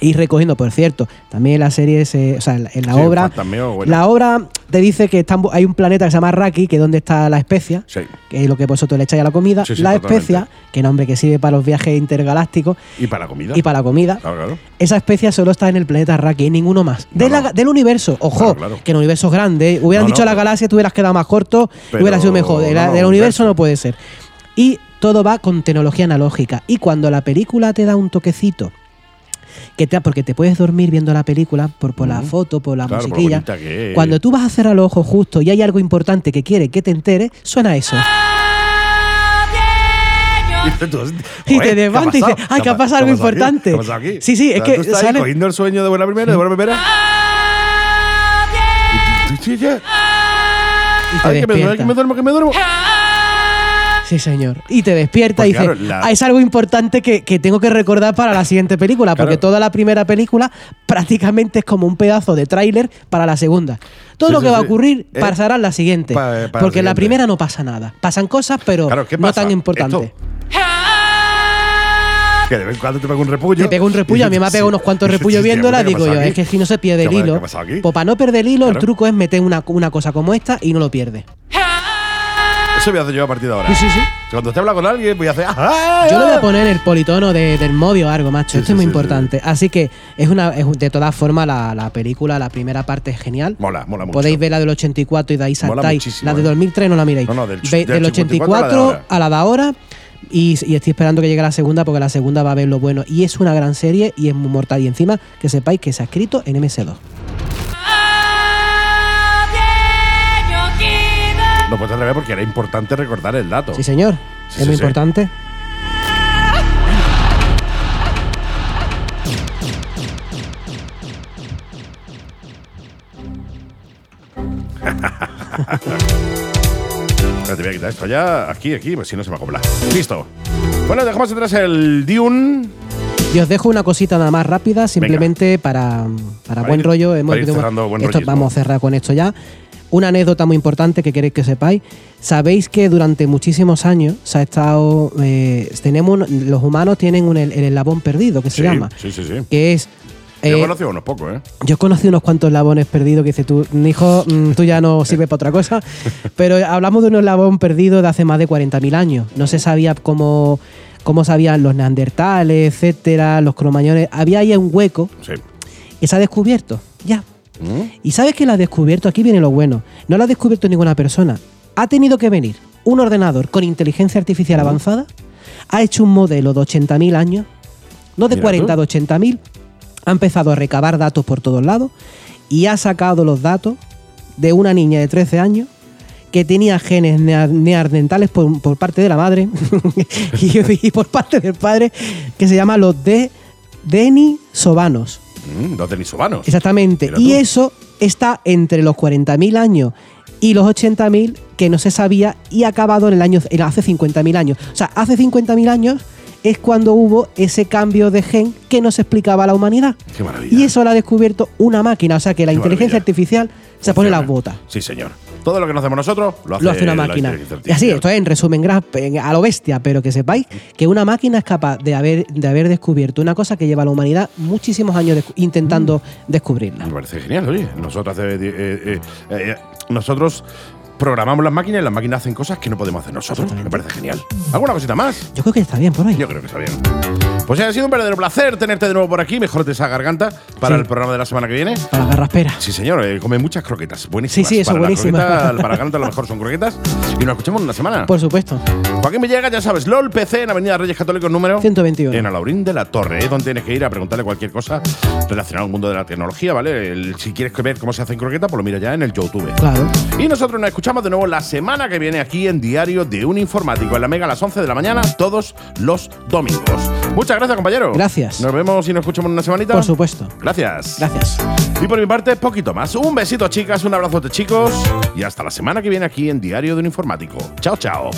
Speaker 3: y recogiendo, por cierto, también la serie, se- o sea, en la- en la
Speaker 2: Sí,
Speaker 3: obra,
Speaker 2: fantasmeo, bueno.
Speaker 3: la obra te dice que están bu- hay un planeta que se llama Raki, que es donde está la especia,
Speaker 2: Sí.
Speaker 3: que es lo que vosotros le echáis a la comida,
Speaker 2: Sí, sí,
Speaker 3: la
Speaker 2: totalmente.
Speaker 3: especia, que nombre que sirve para los viajes intergalácticos
Speaker 2: Y para la comida.
Speaker 3: y para la comida.
Speaker 2: Claro, claro.
Speaker 3: Esa especia solo está en el planeta Raki, en ninguno más. De
Speaker 2: No,
Speaker 3: la-
Speaker 2: no.
Speaker 3: Del universo,
Speaker 2: Claro,
Speaker 3: ojo,
Speaker 2: claro.
Speaker 3: que el universo es grande. Hubieran
Speaker 2: No, no,
Speaker 3: dicho la
Speaker 2: pero-
Speaker 3: galaxia, tú hubieras quedado más corto,
Speaker 2: Pero-
Speaker 3: hubiera sido mejor. De la-
Speaker 2: no, no,
Speaker 3: del universo
Speaker 2: universo.
Speaker 3: no puede ser. Y todo va con tecnología analógica. Y cuando la película te da un toquecito, que te, porque te puedes dormir viendo la película por, por la
Speaker 2: Ujú.
Speaker 3: foto, por la
Speaker 2: Claro, por lo
Speaker 3: musiquilla.
Speaker 2: bonita que es.
Speaker 3: Cuando tú vas a cerrar los ojos justo y hay algo importante que quiere que te entere, suena eso.
Speaker 4: Nadie
Speaker 2: dices tú,
Speaker 3: Y
Speaker 2: "Joder,
Speaker 3: te
Speaker 2: ¿qué ha
Speaker 3: levantas y dices,
Speaker 2: pasado?
Speaker 3: ay, que
Speaker 2: ¿Qué
Speaker 3: ha pasado
Speaker 2: qué
Speaker 3: algo
Speaker 2: aquí?
Speaker 3: importante.
Speaker 2: ¿Qué ha pasado aquí?
Speaker 3: Sí, sí,
Speaker 2: O
Speaker 3: es
Speaker 2: sea,
Speaker 3: que
Speaker 2: tú estás ahí
Speaker 3: sale-
Speaker 2: cogiendo el sueño de buena primera, de buena primera. Y tú, sí, ya.
Speaker 3: Y te
Speaker 2: Ay, que me duermo, que
Speaker 3: despierta.
Speaker 2: me duermo, que me duermo.
Speaker 3: Sí, señor. Y te despierta y
Speaker 2: Pues
Speaker 3: dice,
Speaker 2: claro, la-
Speaker 3: "Ah, es algo importante que, que tengo que recordar para la siguiente película, porque
Speaker 2: Claro.
Speaker 3: toda la primera película prácticamente es como un pedazo de tráiler para la segunda. Todo
Speaker 2: Sí,
Speaker 3: lo
Speaker 2: sí,
Speaker 3: que va a
Speaker 2: sí.
Speaker 3: ocurrir
Speaker 2: Eh,
Speaker 3: pasará en la siguiente,
Speaker 2: pa- para la
Speaker 3: porque en la
Speaker 2: siguiente.
Speaker 3: primera no pasa nada. Pasan cosas, pero
Speaker 2: Claro, ¿qué
Speaker 3: no
Speaker 2: pasa?
Speaker 3: tan importantes.
Speaker 2: Esto. Que de vez en cuando te pega un repullo.
Speaker 3: Te pego un repullo, a mí me ha pegado unos cuantos repullos viéndola, digo yo, es que si no se pierde el hilo. Pues
Speaker 2: Eso
Speaker 3: para no perder el hilo, el
Speaker 2: Claro.
Speaker 3: truco es meter una, una cosa como esta y no lo pierde.
Speaker 2: voy a hacer yo a partir de ahora.
Speaker 3: Sí, sí, sí.
Speaker 2: Cuando te habla con alguien, voy a hacer. "Ah, ah,
Speaker 3: Yo le voy
Speaker 2: ah".
Speaker 3: a poner el politono de- del modio o algo, macho.
Speaker 2: Sí,
Speaker 3: Esto
Speaker 2: sí,
Speaker 3: es muy
Speaker 2: sí,
Speaker 3: importante. Así que es una, es un- de todas formas la, la película, la primera parte es genial.
Speaker 2: Mola, mola mucho.
Speaker 3: Podéis ver la del 84 y de ahí
Speaker 2: Mola
Speaker 3: saltáis.
Speaker 2: muchísimo,
Speaker 3: La de
Speaker 2: eh.
Speaker 3: 2003 no la miréis.
Speaker 2: No, no, del-
Speaker 3: Ve-
Speaker 2: del
Speaker 3: 84
Speaker 2: 84
Speaker 3: a la de ahora. Y, y estoy esperando que llegue la segunda porque la segunda va a ver lo bueno. Y es una gran serie y es muy mortal. Y encima que sepáis que se ha escrito en MC2.
Speaker 2: Lo puedes ver porque era importante recordar el dato.
Speaker 3: Sí, señor.
Speaker 2: Sí,
Speaker 3: es
Speaker 2: sí,
Speaker 3: muy
Speaker 2: sí.
Speaker 3: importante.
Speaker 2: Espérate, voy a quitar esto ya. Aquí, aquí, pues si no se me acopla. Listo. Bueno, dejamos atrás el Dune.
Speaker 3: Y os dejo una cosita nada más rápida, simplemente para, para
Speaker 2: Para
Speaker 3: buen
Speaker 2: ir-
Speaker 3: rollo. Hemos
Speaker 2: para ir
Speaker 3: tenido-
Speaker 2: cerrando buen
Speaker 3: esto,
Speaker 2: rollismo.
Speaker 3: vamos a cerrar con esto ya. Una anécdota muy importante que queréis que sepáis. Sabéis que durante muchísimos años se ha estado. eh, tenemos un- los humanos tienen un, el, el eslabón perdido, que se
Speaker 2: Sí,
Speaker 3: llama.
Speaker 2: Sí, sí, sí.
Speaker 3: Que es.
Speaker 2: Yo
Speaker 3: eh,
Speaker 2: conocí a unos pocos, ¿eh?
Speaker 3: yo conocí unos cuantos eslabones perdidos que dice tú, hijo, mm, tú ya no sirves para otra cosa. Pero hablamos de un eslabón perdido de hace más de 40.000 años. No se sabía cómo, cómo sabían los neandertales, etcétera, los cromañones. Había ahí un hueco
Speaker 2: Sí.
Speaker 3: y se ha descubierto. Ya.
Speaker 2: ¿Mm?
Speaker 3: ¿Y sabes que la ha descubierto? Aquí viene lo bueno. No la ha descubierto ninguna persona. Ha tenido que venir un ordenador con inteligencia artificial avanzada. Ha hecho un modelo de 80.000 años. No de
Speaker 2: Mira
Speaker 3: 40,
Speaker 2: tú.
Speaker 3: de 80.000. Ha empezado a recabar datos por todos lados. Y ha sacado los datos de una niña de 13 años que tenía genes nea- neandertales por, por parte de la madre y, y por parte del padre que se llama los de Denisovanos.
Speaker 2: Mm, Dos denisovanos.
Speaker 3: Exactamente.
Speaker 2: Mira
Speaker 3: y
Speaker 2: tú.
Speaker 3: eso está entre los 40.000 años y los 80.000 que no se sabía y ha acabado en el año en hace 50.000 años. O sea, hace 50.000 años es cuando hubo ese cambio de gen que no se explicaba a la humanidad.
Speaker 2: Qué maravilla.
Speaker 3: Y eso lo ha descubierto una máquina. O sea, que la
Speaker 2: Qué
Speaker 3: inteligencia
Speaker 2: maravilla.
Speaker 3: artificial se pone las botas.
Speaker 2: Sí, señor. Todo lo que no hacemos nosotros lo hace,
Speaker 3: Lo hace una
Speaker 2: la
Speaker 3: máquina.
Speaker 2: inteligencia
Speaker 3: Y así,
Speaker 2: artificial.
Speaker 3: esto es en resumen gra- en- a lo bestia, pero que sepáis que una máquina es capaz de haber, de haber descubierto una cosa que lleva a la humanidad muchísimos años descu- intentando
Speaker 2: Mm.
Speaker 3: descubrirla.
Speaker 2: Me parece genial, oye. Nosotros, hace- eh, eh, eh, eh, nosotros programamos las máquinas y las máquinas hacen cosas que no podemos hacer nosotros. Me parece genial. ¿Alguna cosita más?
Speaker 3: Yo creo que está bien por hoy.
Speaker 2: Yo creo que está bien. Pues ha sido un verdadero placer tenerte de nuevo por aquí. Mejor esa garganta para
Speaker 3: Sí.
Speaker 2: el programa de la semana que viene.
Speaker 3: Para la garraspera.
Speaker 2: Sí, señor, eh, come muchas croquetas. Buenísimas.
Speaker 3: Sí, sí, eso,
Speaker 2: para la
Speaker 3: buenísimas.
Speaker 2: croqueta, para la garganta, a lo mejor son croquetas. Y nos escuchamos en una semana.
Speaker 3: Por supuesto.
Speaker 2: Joaquín Villega, ya sabes, LOL PC en Avenida Reyes Católicos número
Speaker 3: 121.
Speaker 2: En Alaurín de la Torre, es donde tienes que ir a preguntarle cualquier cosa relacionada al mundo de la tecnología, ¿vale? El- si quieres ver cómo se hacen croquetas, pues lo mira ya en el YouTube.
Speaker 3: Claro.
Speaker 2: Y nosotros nos escuchamos de nuevo la semana que viene aquí en Diario de un Informático, en la Mega a las 11 de la mañana, todos los domingos. Muchas gracias, compañero.
Speaker 3: Gracias.
Speaker 2: Nos vemos y nos escuchamos en una semanita.
Speaker 3: Por supuesto.
Speaker 2: Gracias.
Speaker 3: Gracias.
Speaker 2: Y por mi parte, poquito más. Un besito, chicas, un abrazote, chicos. Y hasta la semana que viene aquí en Diario de un Informático. Chao, chao.